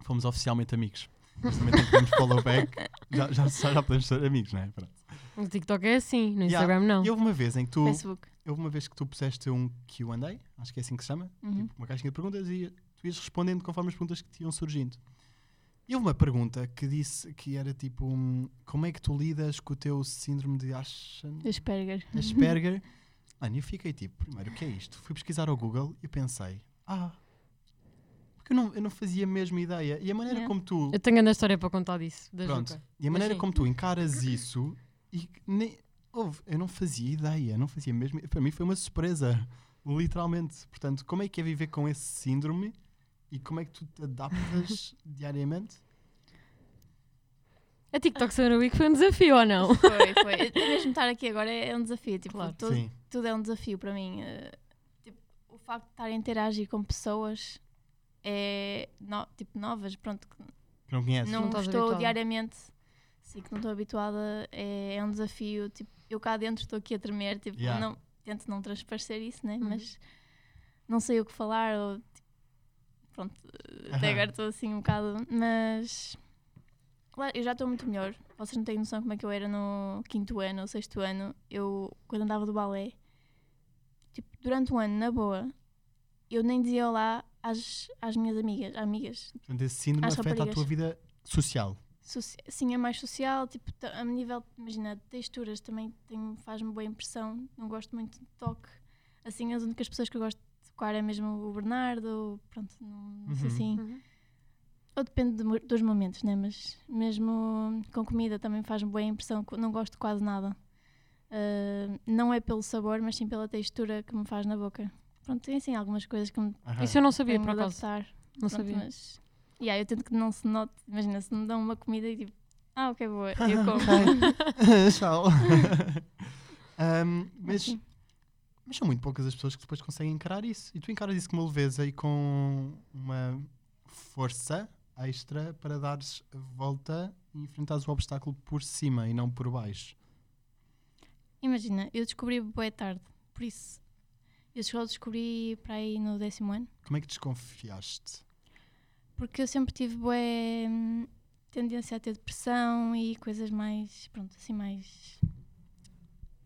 [SPEAKER 2] Fomos oficialmente amigos. Nós também tem- temos follow back. Já, já, já, já podemos ser amigos, não é? Pronto.
[SPEAKER 1] No TikTok é assim, no
[SPEAKER 2] Yeah.
[SPEAKER 1] Instagram não.
[SPEAKER 2] E houve uma vez em que tu
[SPEAKER 3] Facebook.
[SPEAKER 2] houve uma vez que tu puseste um Q&A, acho que é assim que se chama,
[SPEAKER 3] Uhum.
[SPEAKER 2] uma caixinha de perguntas e tu ias respondendo conforme as perguntas que te iam surgindo. E houve uma pergunta que disse que era tipo, hum, como é que tu lidas com o teu síndrome de Ashen?
[SPEAKER 3] Tipo. Asperger.
[SPEAKER 2] Asperger. Mano, eu fiquei tipo, primeiro, o que é isto? Fui pesquisar ao Google e pensei, ah, porque eu não, eu não fazia a mesma ideia. E a maneira
[SPEAKER 3] Yeah.
[SPEAKER 2] como tu,
[SPEAKER 1] Eu tenho grande história para contar disso. Da
[SPEAKER 2] Tipo, pronto,
[SPEAKER 1] Juca.
[SPEAKER 2] e a maneira
[SPEAKER 1] sim.
[SPEAKER 2] como tu encaras isso e que nem, ouve, eu não fazia ideia, não fazia mesmo, para mim foi uma surpresa, literalmente. Portanto, como é que é viver com esse síndrome e como é que tu te adaptas diariamente?
[SPEAKER 1] A TikTok Summer Week foi um desafio ou não?
[SPEAKER 3] Foi, foi. Até mesmo estar aqui agora é é um desafio. Tipo,
[SPEAKER 1] Claro.
[SPEAKER 3] tudo,
[SPEAKER 2] Sim.
[SPEAKER 3] tudo é um desafio para mim. eh, tipo, o facto de estar a interagir com pessoas é no- tipo novas, pronto, que
[SPEAKER 2] Que não conheces?
[SPEAKER 1] não
[SPEAKER 3] não,
[SPEAKER 1] estás
[SPEAKER 3] estou
[SPEAKER 1] habituada.
[SPEAKER 3] diariamente, sim, que não estou habituada, é, é um desafio. Tipo, eu cá dentro estou aqui a tremer, tipo,
[SPEAKER 2] Yeah.
[SPEAKER 3] não, tento não transparecer isso, né?
[SPEAKER 1] Uhum.
[SPEAKER 3] Mas não sei o que falar, ou, tipo, pronto, até
[SPEAKER 2] Aham.
[SPEAKER 3] agora estou assim um bocado, mas Claro, eu já estou muito melhor. Vocês não têm noção como é que eu era no quinto ano ou sexto ano. Eu, quando andava do balé, tipo, durante um ano, na boa, eu nem dizia olá às, às minhas amigas. Amigas.
[SPEAKER 2] Portanto, esse síndrome
[SPEAKER 1] Ah,
[SPEAKER 3] Às
[SPEAKER 2] afeta a
[SPEAKER 3] raparigas.
[SPEAKER 2] tua vida social.
[SPEAKER 3] Soci- Sim, é mais social, tipo, ta- a nível, imagina, de texturas também tenho- faz-me boa impressão. Não gosto muito de toque. Assim, as únicas pessoas que eu gosto de tocar é mesmo o Bernardo, pronto, não, não sei
[SPEAKER 2] Uhum.
[SPEAKER 3] assim.
[SPEAKER 1] Uhum.
[SPEAKER 3] Ou depende de mo- dos momentos, né? Mas mesmo com comida também faz-me boa impressão. co- Não gosto de quase nada. Ah, não é pelo sabor, mas sim pela textura que me faz na boca. Pronto, tem assim algumas coisas que me
[SPEAKER 2] Aham.
[SPEAKER 1] Isso eu não sabia,
[SPEAKER 3] tenho de
[SPEAKER 1] por acaso.
[SPEAKER 3] adaptar.
[SPEAKER 1] Não
[SPEAKER 3] Pronto,
[SPEAKER 1] sabia.
[SPEAKER 3] Mas, yeah, eu tento que não se note. Imagina, se me dão uma comida e tipo, ah, ok, boa, eu
[SPEAKER 2] Ok.
[SPEAKER 3] como.
[SPEAKER 2] Tchau. Ahm, mas,
[SPEAKER 3] Assim.
[SPEAKER 2] mas são muito poucas as pessoas que depois conseguem encarar isso. E tu encaras isso com uma leveza e com uma força extra para dares a volta e enfrentares o obstáculo por cima e não por baixo.
[SPEAKER 3] Imagina, eu descobri boa tarde, por isso. Eu só descobri para aí no décimo ano.
[SPEAKER 2] Como é que desconfiaste?
[SPEAKER 3] Porque eu sempre tive boa tendência a ter depressão e coisas mais, pronto, assim mais...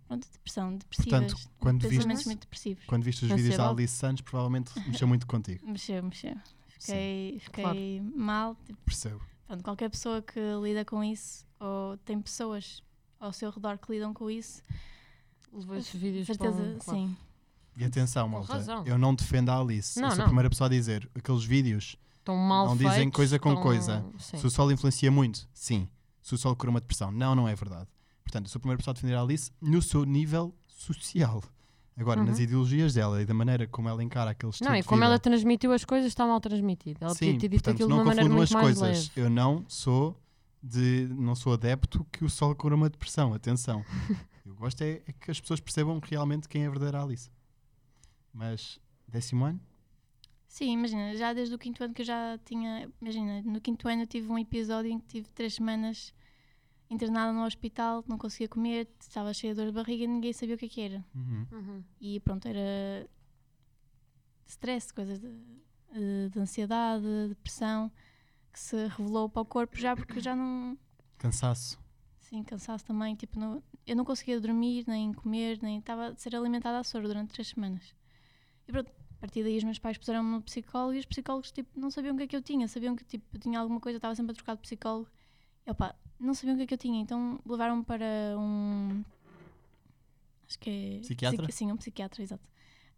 [SPEAKER 3] Pronto, depressão, depressivas.
[SPEAKER 2] Portanto, quando
[SPEAKER 3] pensamentos
[SPEAKER 2] viste,
[SPEAKER 3] muito depressivos.
[SPEAKER 2] quando viste os
[SPEAKER 3] Não sei,
[SPEAKER 2] vídeos da
[SPEAKER 3] Bob.
[SPEAKER 2] Alice Santos, provavelmente mexeu muito contigo.
[SPEAKER 3] Mexeu, mexeu.
[SPEAKER 2] Sim,
[SPEAKER 3] Fiquei, fiquei mal. Tipo,
[SPEAKER 2] percebo.
[SPEAKER 3] pronto, qualquer pessoa que lida com isso, ou tem pessoas ao seu redor que lidam com isso,
[SPEAKER 1] Levou esses vídeos
[SPEAKER 3] certeza,
[SPEAKER 1] para um... claro.
[SPEAKER 3] sim.
[SPEAKER 2] E atenção,
[SPEAKER 1] Com
[SPEAKER 2] malta,
[SPEAKER 1] razão.
[SPEAKER 2] eu não defendo a Alice.
[SPEAKER 1] Não,
[SPEAKER 2] eu sou
[SPEAKER 1] não.
[SPEAKER 2] a primeira pessoa a dizer. Aqueles vídeos,
[SPEAKER 1] Estão mal
[SPEAKER 2] Não dizem
[SPEAKER 1] feitos,
[SPEAKER 2] coisa com
[SPEAKER 1] estão-
[SPEAKER 2] coisa.
[SPEAKER 1] Sim.
[SPEAKER 2] se o sol influencia muito, sim. Se o sol cura uma depressão, não, não é verdade. Portanto, eu sou a primeira pessoa a defender a Alice no seu nível social. Agora,
[SPEAKER 1] Uhum.
[SPEAKER 2] nas ideologias dela e da maneira como ela encara aquele estilo
[SPEAKER 1] Não, e
[SPEAKER 2] de
[SPEAKER 1] como
[SPEAKER 2] vida,
[SPEAKER 1] ela transmitiu as coisas, está mal transmitida. Ela
[SPEAKER 2] sim,
[SPEAKER 1] podia ter dito
[SPEAKER 2] portanto,
[SPEAKER 1] aquilo de
[SPEAKER 2] não
[SPEAKER 1] uma maneira
[SPEAKER 2] confundam
[SPEAKER 1] muito mais
[SPEAKER 2] as coisas.
[SPEAKER 1] leve.
[SPEAKER 2] Eu não sou de, não sou adepto que o sol cura uma depressão. Atenção. eu gosto é, é que as pessoas percebam realmente quem é a verdadeira Alice. Mas décimo ano,
[SPEAKER 3] Sim, imagina, já desde o quinto ano que eu já tinha. Imagina, no quinto ano eu tive um episódio em que tive três semanas internada no hospital, não conseguia comer, estava cheia de dor de barriga e ninguém sabia o que, é que era.
[SPEAKER 2] uhum.
[SPEAKER 1] Uhum.
[SPEAKER 3] E pronto, era stress, coisas de, eh, de ansiedade, depressão, que se revelou para o corpo já porque já não.
[SPEAKER 2] cansaço.
[SPEAKER 3] Sim, cansaço também. Tipo, não- eu não conseguia dormir, nem comer, nem estava a ser alimentada à soro durante três semanas. E pronto, a partir daí os meus pais puseram-me no psicólogo e os psicólogos tipo, não sabiam o que é que eu tinha, sabiam que tipo, eu tinha alguma coisa, estava sempre a trocar de psicólogo. E opa, não sabiam o que é que eu tinha, então levaram-me para um. Acho que é.
[SPEAKER 2] Psiquiatra?
[SPEAKER 3] psiqui- Sim, um psiquiatra, exato.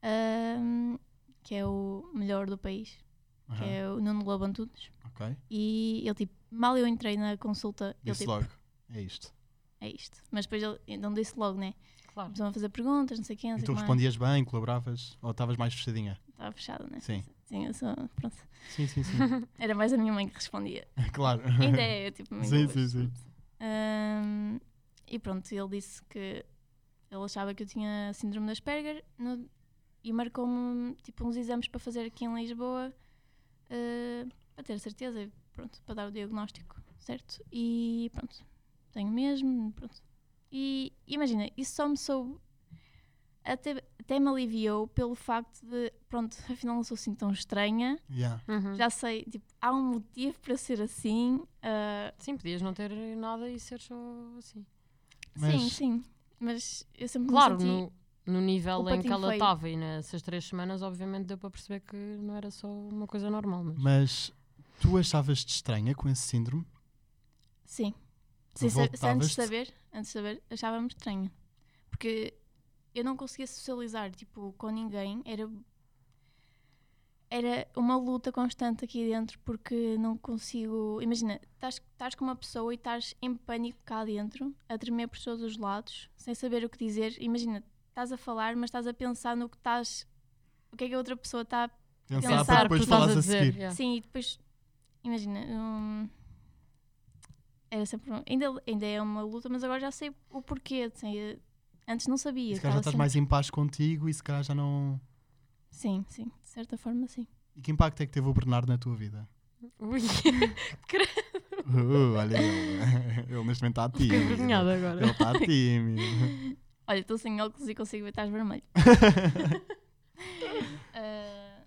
[SPEAKER 3] Ahm, que é o melhor do país, que
[SPEAKER 2] Aham,
[SPEAKER 3] é o Nuno Lobo Antunes.
[SPEAKER 2] Ok.
[SPEAKER 3] E ele, tipo, mal eu entrei na consulta, ele
[SPEAKER 2] Disse
[SPEAKER 3] tipo,
[SPEAKER 2] logo. É isto.
[SPEAKER 3] é isto. Mas depois ele não disse logo, né?
[SPEAKER 1] Claro.
[SPEAKER 3] Começaram a fazer perguntas, não sei quem, não
[SPEAKER 2] E
[SPEAKER 3] sei
[SPEAKER 2] tu
[SPEAKER 3] como é.
[SPEAKER 2] respondias bem, colaboravas ou estavas mais fechadinha?
[SPEAKER 3] Estava fechado, né?
[SPEAKER 2] Sim.
[SPEAKER 3] Sim, eu sou, pronto.
[SPEAKER 2] Sim, sim, sim.
[SPEAKER 3] Era mais a minha mãe que respondia.
[SPEAKER 2] claro.
[SPEAKER 3] Ainda é, eu, tipo, amiga,
[SPEAKER 2] Sim,
[SPEAKER 3] mas
[SPEAKER 2] sim, sim.
[SPEAKER 3] pronto. Ahm, e pronto, ele disse que ele achava que eu tinha síndrome de Asperger no- e marcou-me, tipo, uns exames para fazer aqui em Lisboa ah, para ter certeza, e pronto, para dar o diagnóstico, certo? E pronto, tenho mesmo, pronto. E imagina, isso só me soube. Até, até me aliviou pelo facto de, pronto, afinal não sou assim tão estranha.
[SPEAKER 2] Yeah.
[SPEAKER 1] Uhum.
[SPEAKER 3] Já sei, tipo, há um motivo para eu ser assim. ah,
[SPEAKER 1] Sim, podias não ter nada e ser só assim.
[SPEAKER 3] Sim,
[SPEAKER 2] Mas-
[SPEAKER 3] sim. Mas eu sempre
[SPEAKER 1] Claro,
[SPEAKER 3] me senti...
[SPEAKER 1] no, no nível
[SPEAKER 3] o
[SPEAKER 1] em que
[SPEAKER 3] patinho
[SPEAKER 1] ela
[SPEAKER 3] feio.
[SPEAKER 1] estava e nessas três semanas, obviamente deu para perceber que não era só uma coisa normal. Mas...
[SPEAKER 2] Mas tu achavas-te estranha com esse síndrome?
[SPEAKER 3] Sim. Sim, se- se antes de
[SPEAKER 2] Voltavas-te?
[SPEAKER 3] saber, antes de saber, achava-me estranha. Porque eu não conseguia socializar, tipo, com ninguém. Era era uma luta constante aqui dentro porque não consigo. Imagina, estás- estás com uma pessoa e estás em pânico cá dentro, a tremer por todos os lados, sem saber o que dizer. Imagina, estás a falar, mas estás a pensar no que estás. O que é que a outra pessoa está a
[SPEAKER 2] Pensar
[SPEAKER 3] Pensar
[SPEAKER 2] para depois
[SPEAKER 1] porque estás
[SPEAKER 2] falares a,
[SPEAKER 1] dizer,
[SPEAKER 2] seguir.
[SPEAKER 1] yeah.
[SPEAKER 3] Sim, e depois, imagina, hum, era sempre um- ainda, ainda é uma luta, mas agora já sei o porquê. assim, eh, antes não sabia.
[SPEAKER 2] E se calhar já estás
[SPEAKER 3] estava sempre-
[SPEAKER 2] mais em paz contigo e se calhar já não.
[SPEAKER 3] Sim, sim, de certa forma, sim.
[SPEAKER 2] E que impacto é que teve o Bernardo na tua vida?
[SPEAKER 1] Ui,
[SPEAKER 2] Uh, olha, ele, ele neste momento está
[SPEAKER 1] fiquei
[SPEAKER 2] tímido.
[SPEAKER 1] envergonhada
[SPEAKER 2] é Ele
[SPEAKER 1] agora.
[SPEAKER 2] está tímido.
[SPEAKER 3] Olha, estou sem óculos e consigo ver, estás vermelho. Ah,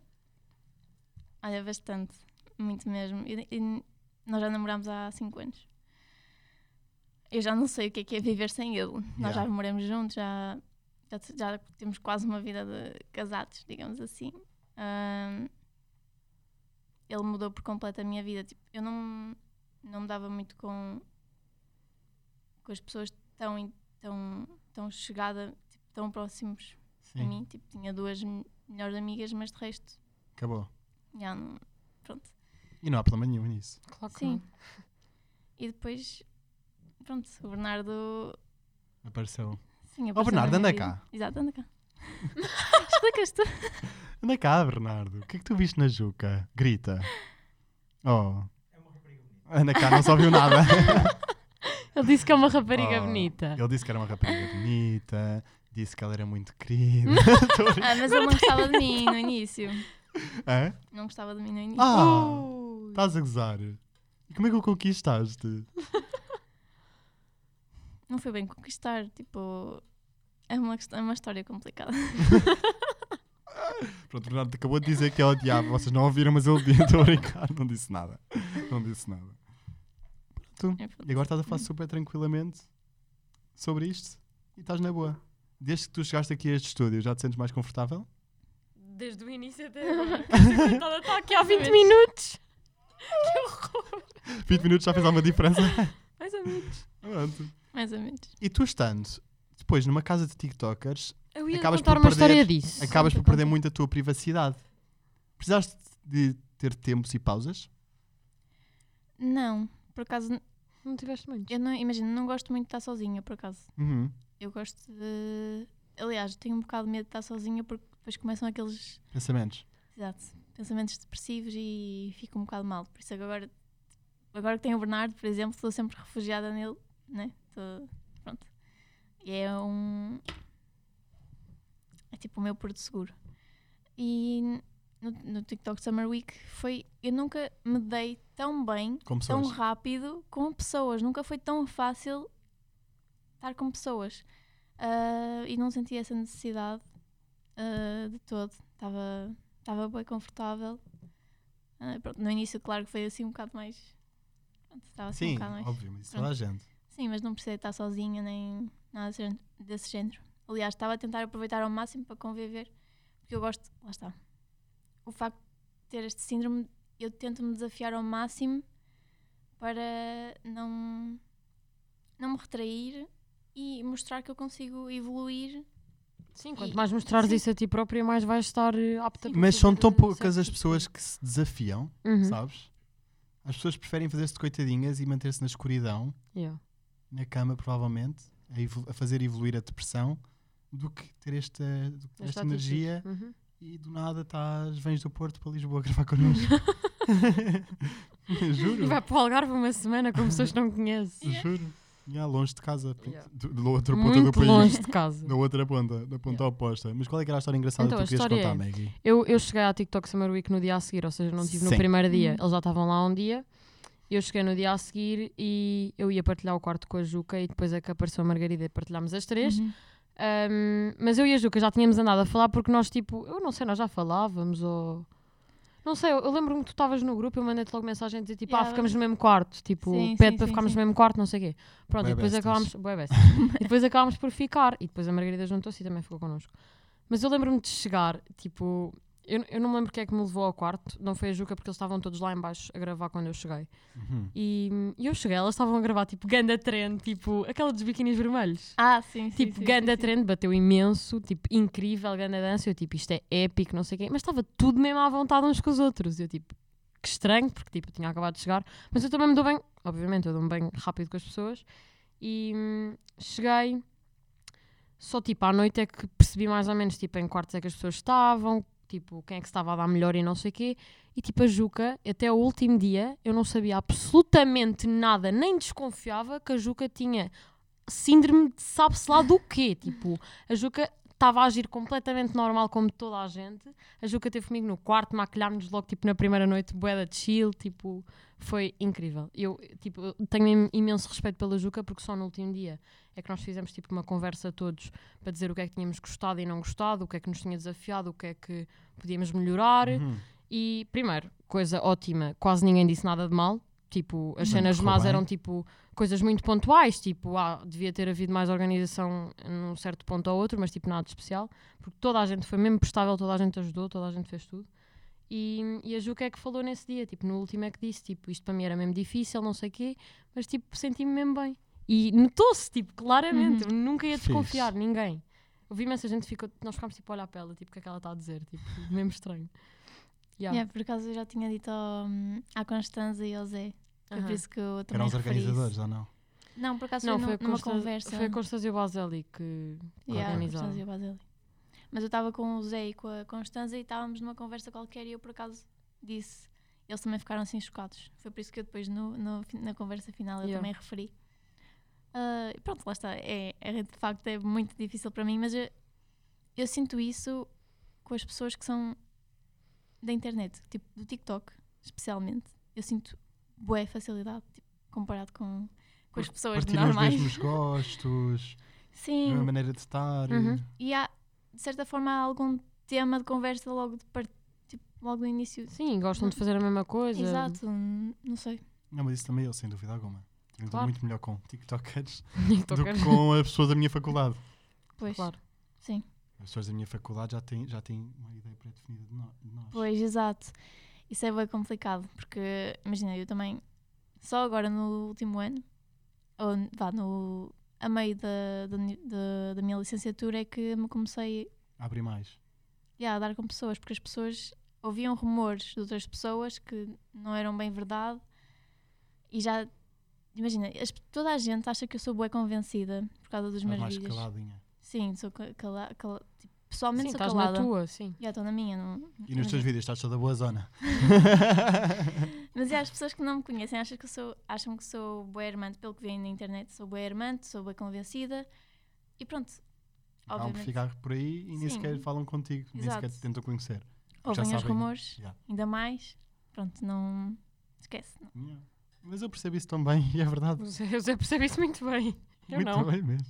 [SPEAKER 3] olha, bastante, muito mesmo. E- e nós já namorámos há 5 anos. Eu já não sei o que é que é viver sem ele. Nós
[SPEAKER 2] Yeah.
[SPEAKER 3] já moramos juntos, já, já, já temos quase uma vida de casados, digamos assim. Ahm, ele mudou por completo a minha vida. Tipo, eu não, não me dava muito com, com as pessoas tão, in- tão, tão chegada, tipo, tão próximos a
[SPEAKER 2] Sim,
[SPEAKER 3] mim. Tipo, tinha duas me- melhores amigas, mas de resto,
[SPEAKER 2] acabou.
[SPEAKER 3] já não. Pronto.
[SPEAKER 2] E não há problema nenhum nisso.
[SPEAKER 1] Claro que
[SPEAKER 3] Sim.
[SPEAKER 1] não.
[SPEAKER 3] E depois, pronto, o Bernardo.
[SPEAKER 2] Apareceu.
[SPEAKER 3] Sim,
[SPEAKER 2] Ó,
[SPEAKER 3] apareceu
[SPEAKER 2] Oh, Bernardo,
[SPEAKER 3] na minha
[SPEAKER 2] anda cá.
[SPEAKER 3] vida. Exato, anda cá. Explicas tu?
[SPEAKER 2] Anda cá, Bernardo. O que é que tu viste na Juca? Grita. Oh. Ana cá não só viu nada.
[SPEAKER 1] Ele disse que é uma rapariga
[SPEAKER 2] Oh,
[SPEAKER 1] bonita.
[SPEAKER 2] Ele disse que era uma rapariga bonita, disse que ela era muito querida.
[SPEAKER 3] Ah, mas ele não gostava de mim no início.
[SPEAKER 2] Hã?
[SPEAKER 3] Não gostava de mim no início.
[SPEAKER 2] Ah,
[SPEAKER 1] Ui.
[SPEAKER 2] estás a gozar. E Como é que o conquistaste?
[SPEAKER 3] Não foi bem conquistar, tipo. É uma, quest- é uma história complicada.
[SPEAKER 2] Pronto, o Bernardo acabou de dizer que é odiava. Vocês não ouviram, mas ele disse. Estou a brincar. Não disse nada. Não disse nada. Pronto.
[SPEAKER 3] É, pronto.
[SPEAKER 2] E agora estás a falar super tranquilamente sobre isto e estás na boa. Desde que tu chegaste aqui a este estúdio, já te sentes mais confortável?
[SPEAKER 1] Desde o início até agora. Ela está aqui há 20 minutos. Que horror.
[SPEAKER 2] 20 minutos já fez alguma diferença?
[SPEAKER 1] Mais ou menos.
[SPEAKER 2] Pronto.
[SPEAKER 3] Mais ou menos.
[SPEAKER 2] E tu estando depois numa casa de TikTokers,
[SPEAKER 1] Eu ia
[SPEAKER 2] Acabas
[SPEAKER 1] contar
[SPEAKER 2] por
[SPEAKER 1] uma
[SPEAKER 2] perder-
[SPEAKER 1] história disso.
[SPEAKER 2] acabas por
[SPEAKER 3] Conta,
[SPEAKER 2] perder
[SPEAKER 3] conta.
[SPEAKER 2] muito a tua privacidade. Precisaste de ter tempos e pausas?
[SPEAKER 3] Não, por acaso,
[SPEAKER 1] Não tiveste muito.
[SPEAKER 3] eu não imagino, não gosto muito de estar sozinha, por acaso.
[SPEAKER 2] Uhum.
[SPEAKER 3] Eu gosto de. Aliás, tenho um bocado de medo de estar sozinha porque depois começam aqueles
[SPEAKER 2] Pensamentos.
[SPEAKER 3] Exato. Pensamentos depressivos e fico um bocado mal. Por isso é que agora, agora que tenho o Bernardo, por exemplo, estou sempre refugiada nele, né? Tô- pronto. E é um. É tipo o meu porto seguro. E no, no TikTok Summer Week foi. Eu nunca me dei tão bem,
[SPEAKER 2] Como
[SPEAKER 3] tão
[SPEAKER 2] pessoas.
[SPEAKER 3] rápido com pessoas. Nunca foi tão fácil estar com pessoas. Ah, e não senti essa necessidade ah, de todo. Estava estava bem confortável. Ah, pronto, no início, claro que foi assim um bocado mais. pronto, Estava assim um
[SPEAKER 2] Sim,
[SPEAKER 3] bocado mais.
[SPEAKER 2] óbvio, mas isso toda a gente.
[SPEAKER 3] Sim, mas não precisei estar sozinha nem nada desse género- desse género. Aliás, estava a tentar aproveitar ao máximo para conviver, porque eu gosto. Lá está. O facto de ter este síndrome, eu tento me desafiar ao máximo para não, não me retrair e mostrar que eu consigo evoluir.
[SPEAKER 1] Sim, quanto mais mostrares
[SPEAKER 3] Sim.
[SPEAKER 1] isso a ti própria, mais vais estar eh, apta para
[SPEAKER 2] Mas são
[SPEAKER 1] fazer
[SPEAKER 2] tão
[SPEAKER 1] certo
[SPEAKER 2] poucas as
[SPEAKER 1] tipo de-
[SPEAKER 2] pessoas que se desafiam,
[SPEAKER 1] Uhum.
[SPEAKER 2] sabes? As pessoas preferem fazer-se de coitadinhas e manter-se na escuridão,
[SPEAKER 1] Yeah.
[SPEAKER 2] na cama, provavelmente, a, evolu- a fazer evoluir a depressão, do que ter esta, do que ter
[SPEAKER 1] Esta
[SPEAKER 2] esta
[SPEAKER 1] atitude.
[SPEAKER 2] energia
[SPEAKER 1] Uhum.
[SPEAKER 2] e do nada estás, vens do Porto para Lisboa gravar connosco.
[SPEAKER 1] E
[SPEAKER 2] juro,
[SPEAKER 1] vai para o Algarve uma semana com pessoas que não conheces.
[SPEAKER 2] juro. Já, longe de casa,
[SPEAKER 1] Yeah.
[SPEAKER 2] do- da outra ponta do
[SPEAKER 1] Muito
[SPEAKER 2] país.
[SPEAKER 1] longe de casa.
[SPEAKER 2] Da outra ponta, da ponta oposta. Mas qual é que era a história engraçada
[SPEAKER 1] Então,
[SPEAKER 2] que
[SPEAKER 1] a
[SPEAKER 2] tu querias
[SPEAKER 1] história
[SPEAKER 2] contar,
[SPEAKER 1] é-
[SPEAKER 2] Maggie?
[SPEAKER 1] Eu, eu cheguei à TikTok Summer Week no dia a seguir, ou seja, não estive no
[SPEAKER 2] Sim.
[SPEAKER 1] primeiro dia.
[SPEAKER 3] Uhum.
[SPEAKER 1] Eles já estavam lá um dia. Eu cheguei no dia a seguir e eu ia partilhar o quarto com a Juca e depois é que apareceu a Margarida e partilhámos as três.
[SPEAKER 3] Uhum.
[SPEAKER 1] Um, mas eu e a Juca já tínhamos andado a falar porque nós, tipo, eu não sei, nós já falávamos ou. Não sei, eu, eu lembro-me que tu estavas no grupo, eu mandei-te logo mensagem a dizer tipo,
[SPEAKER 3] Yeah,
[SPEAKER 1] ah, ficamos no mesmo quarto, tipo,
[SPEAKER 3] Sim,
[SPEAKER 1] pede
[SPEAKER 3] sim,
[SPEAKER 1] para
[SPEAKER 3] sim,
[SPEAKER 1] ficarmos
[SPEAKER 3] sim.
[SPEAKER 1] no mesmo quarto, não sei o quê. Pronto,
[SPEAKER 2] Bué
[SPEAKER 1] e depois
[SPEAKER 2] bestas.
[SPEAKER 1] acabámos. bué bestas. e depois acabámos por ficar. E depois a Margarida juntou-se e também ficou connosco. Mas eu lembro-me de chegar, tipo, eu, eu não me lembro quem é que me levou ao quarto, não foi a Juca porque eles estavam todos lá embaixo a gravar quando eu cheguei.
[SPEAKER 2] Uhum.
[SPEAKER 1] E, e eu cheguei, elas estavam a gravar tipo ganda trend, tipo, aquela dos biquinis vermelhos.
[SPEAKER 3] Ah, sim, sim.
[SPEAKER 1] Tipo,
[SPEAKER 3] sim,
[SPEAKER 1] ganda
[SPEAKER 3] sim, sim.
[SPEAKER 1] trend, bateu imenso, tipo, incrível, ganda dança. Eu, tipo, isto é épico, não sei o quê. Mas estava tudo mesmo à vontade uns com os outros. Eu, tipo, que estranho, porque, tipo, eu tinha acabado de chegar. Mas eu também me dou bem, obviamente, eu dou-me bem rápido com as pessoas. E hum, cheguei, só, tipo, à noite é que percebi mais ou menos, tipo, em quartos é que as pessoas estavam, tipo, quem é que se estava a dar melhor e não sei o quê. E, tipo, a Juca, até o último dia, eu não sabia absolutamente nada, nem desconfiava que a Juca tinha síndrome de sabe-se lá do quê. Tipo, a Juca estava a agir completamente normal, como toda a gente. A Juca teve comigo no quarto, maquilhámos-nos logo, tipo, na primeira noite, boeda de chill, tipo, foi incrível. Eu, tipo, eu tenho im- imenso respeito pela Juca, porque só no último dia é que nós fizemos, tipo, uma conversa todos para dizer o que é que tínhamos gostado e não gostado, o que é que nos tinha desafiado, o que é que podíamos melhorar.
[SPEAKER 2] Uhum.
[SPEAKER 1] E, primeiro, coisa ótima, quase ninguém disse nada de mal. Tipo, as
[SPEAKER 2] Não
[SPEAKER 1] cenas
[SPEAKER 2] correu
[SPEAKER 1] más
[SPEAKER 2] bem.
[SPEAKER 1] eram tipo coisas muito pontuais, tipo, ah, devia ter havido mais organização num certo ponto ou outro, mas tipo nada de especial, porque toda a gente foi mesmo prestável, toda a gente ajudou, toda a gente fez tudo. E, e a Juca é que falou nesse dia, tipo, no último é que disse, tipo, isto para mim era mesmo difícil, não sei o quê, mas tipo, senti-me mesmo bem. E notou-se, tipo, claramente, eu nunca ia
[SPEAKER 2] Uhum. Fixe.
[SPEAKER 1] desconfiar, ninguém. Eu vi imensa gente, ficou, nós ficámos tipo a olhar para ela, tipo, o que é que ela está a dizer, tipo, mesmo estranho. Yeah.
[SPEAKER 3] Yeah, por acaso eu já tinha dito ao, à Constanza e ao Zé. Foi
[SPEAKER 1] Aham.
[SPEAKER 3] por isso que eu também
[SPEAKER 2] Eram os
[SPEAKER 1] é
[SPEAKER 3] referi isso.
[SPEAKER 2] organizadores, ou não?
[SPEAKER 3] Não, por acaso
[SPEAKER 1] Não, foi,
[SPEAKER 3] foi, num-
[SPEAKER 1] a
[SPEAKER 3] numa
[SPEAKER 1] Consta-
[SPEAKER 3] conversa.
[SPEAKER 1] Foi a Constância e o Baseli que
[SPEAKER 3] Yeah,
[SPEAKER 1] organizaram.
[SPEAKER 3] Constanza e o Baseli. Mas eu estava com o Zé e com a Constanza e estávamos numa conversa qualquer e eu por acaso disse. Eles também ficaram assim chocados. Foi por isso que eu depois no, no fi- na conversa final eu
[SPEAKER 1] Yeah.
[SPEAKER 3] também referi. Ah, e pronto, lá está. É, é, de facto é muito difícil para mim, mas eu, eu sinto isso com as pessoas que são da internet, tipo do TikTok, especialmente. Eu sinto boa facilidade tipo, comparado com, com as pessoas
[SPEAKER 2] Partilham os
[SPEAKER 1] é
[SPEAKER 3] normais.
[SPEAKER 2] mesmos gostos, a
[SPEAKER 3] Sim,
[SPEAKER 2] mesma maneira de estar.
[SPEAKER 1] Uhum.
[SPEAKER 2] e-
[SPEAKER 3] e há, de certa forma, há algum tema de conversa logo, de par- tipo, logo no início.
[SPEAKER 1] Sim, gostam de fazer a mesma coisa.
[SPEAKER 3] Exato, hum, não sei.
[SPEAKER 2] Não, mas isso também eu, sem dúvida alguma. Tenho
[SPEAKER 1] Claro.
[SPEAKER 2] claro. muito melhor com TikTokers do
[SPEAKER 1] TikTokers.
[SPEAKER 2] que com as pessoas da minha faculdade.
[SPEAKER 3] Pois,
[SPEAKER 1] Claro.
[SPEAKER 3] sim.
[SPEAKER 2] As pessoas da minha faculdade já têm, já têm uma ideia pré-definida de nó- de nós.
[SPEAKER 3] Pois, exato. Isso é bem complicado, porque, imagina, eu também, só agora no último ano, ou vá, no, a meio da, da, uni- da- da minha licenciatura, é que me comecei
[SPEAKER 2] Abre mais.
[SPEAKER 3] yeah, a dar com pessoas, porque as pessoas ouviam rumores de outras pessoas que não eram bem verdade e já. Imagina, as- toda a gente acha que eu sou bué convencida por causa dos
[SPEAKER 2] Estás
[SPEAKER 3] meus
[SPEAKER 2] mais
[SPEAKER 3] vídeos.
[SPEAKER 2] caladinha.
[SPEAKER 3] Sim, sou ca- cala, cala, tipo, pessoalmente
[SPEAKER 1] Sim,
[SPEAKER 3] sou
[SPEAKER 1] estás na
[SPEAKER 3] calada.
[SPEAKER 1] tua, sim.
[SPEAKER 3] Já estou na minha, não.
[SPEAKER 2] E nos teus vídeos estás toda boa zona.
[SPEAKER 3] Mas yeah, as pessoas que não me conhecem acham que eu sou, acham que sou bué irmante pelo que veem na internet, sou bué irmante, sou bué convencida e pronto.
[SPEAKER 2] Vão
[SPEAKER 3] Obviamente.
[SPEAKER 2] ficar um por aí e nem
[SPEAKER 3] Sim.
[SPEAKER 2] sequer falam contigo, nem
[SPEAKER 3] Exato.
[SPEAKER 2] sequer te tentam conhecer. já
[SPEAKER 3] Ouvem os
[SPEAKER 2] sabem.
[SPEAKER 3] rumores,
[SPEAKER 2] Yeah.
[SPEAKER 3] ainda mais. Pronto, não. Esquece. não.
[SPEAKER 2] Yeah. Mas eu percebo isso também e é verdade.
[SPEAKER 1] O Zé o Zé percebe isso muito bem. Eu
[SPEAKER 2] muito
[SPEAKER 1] não.
[SPEAKER 2] bem mesmo.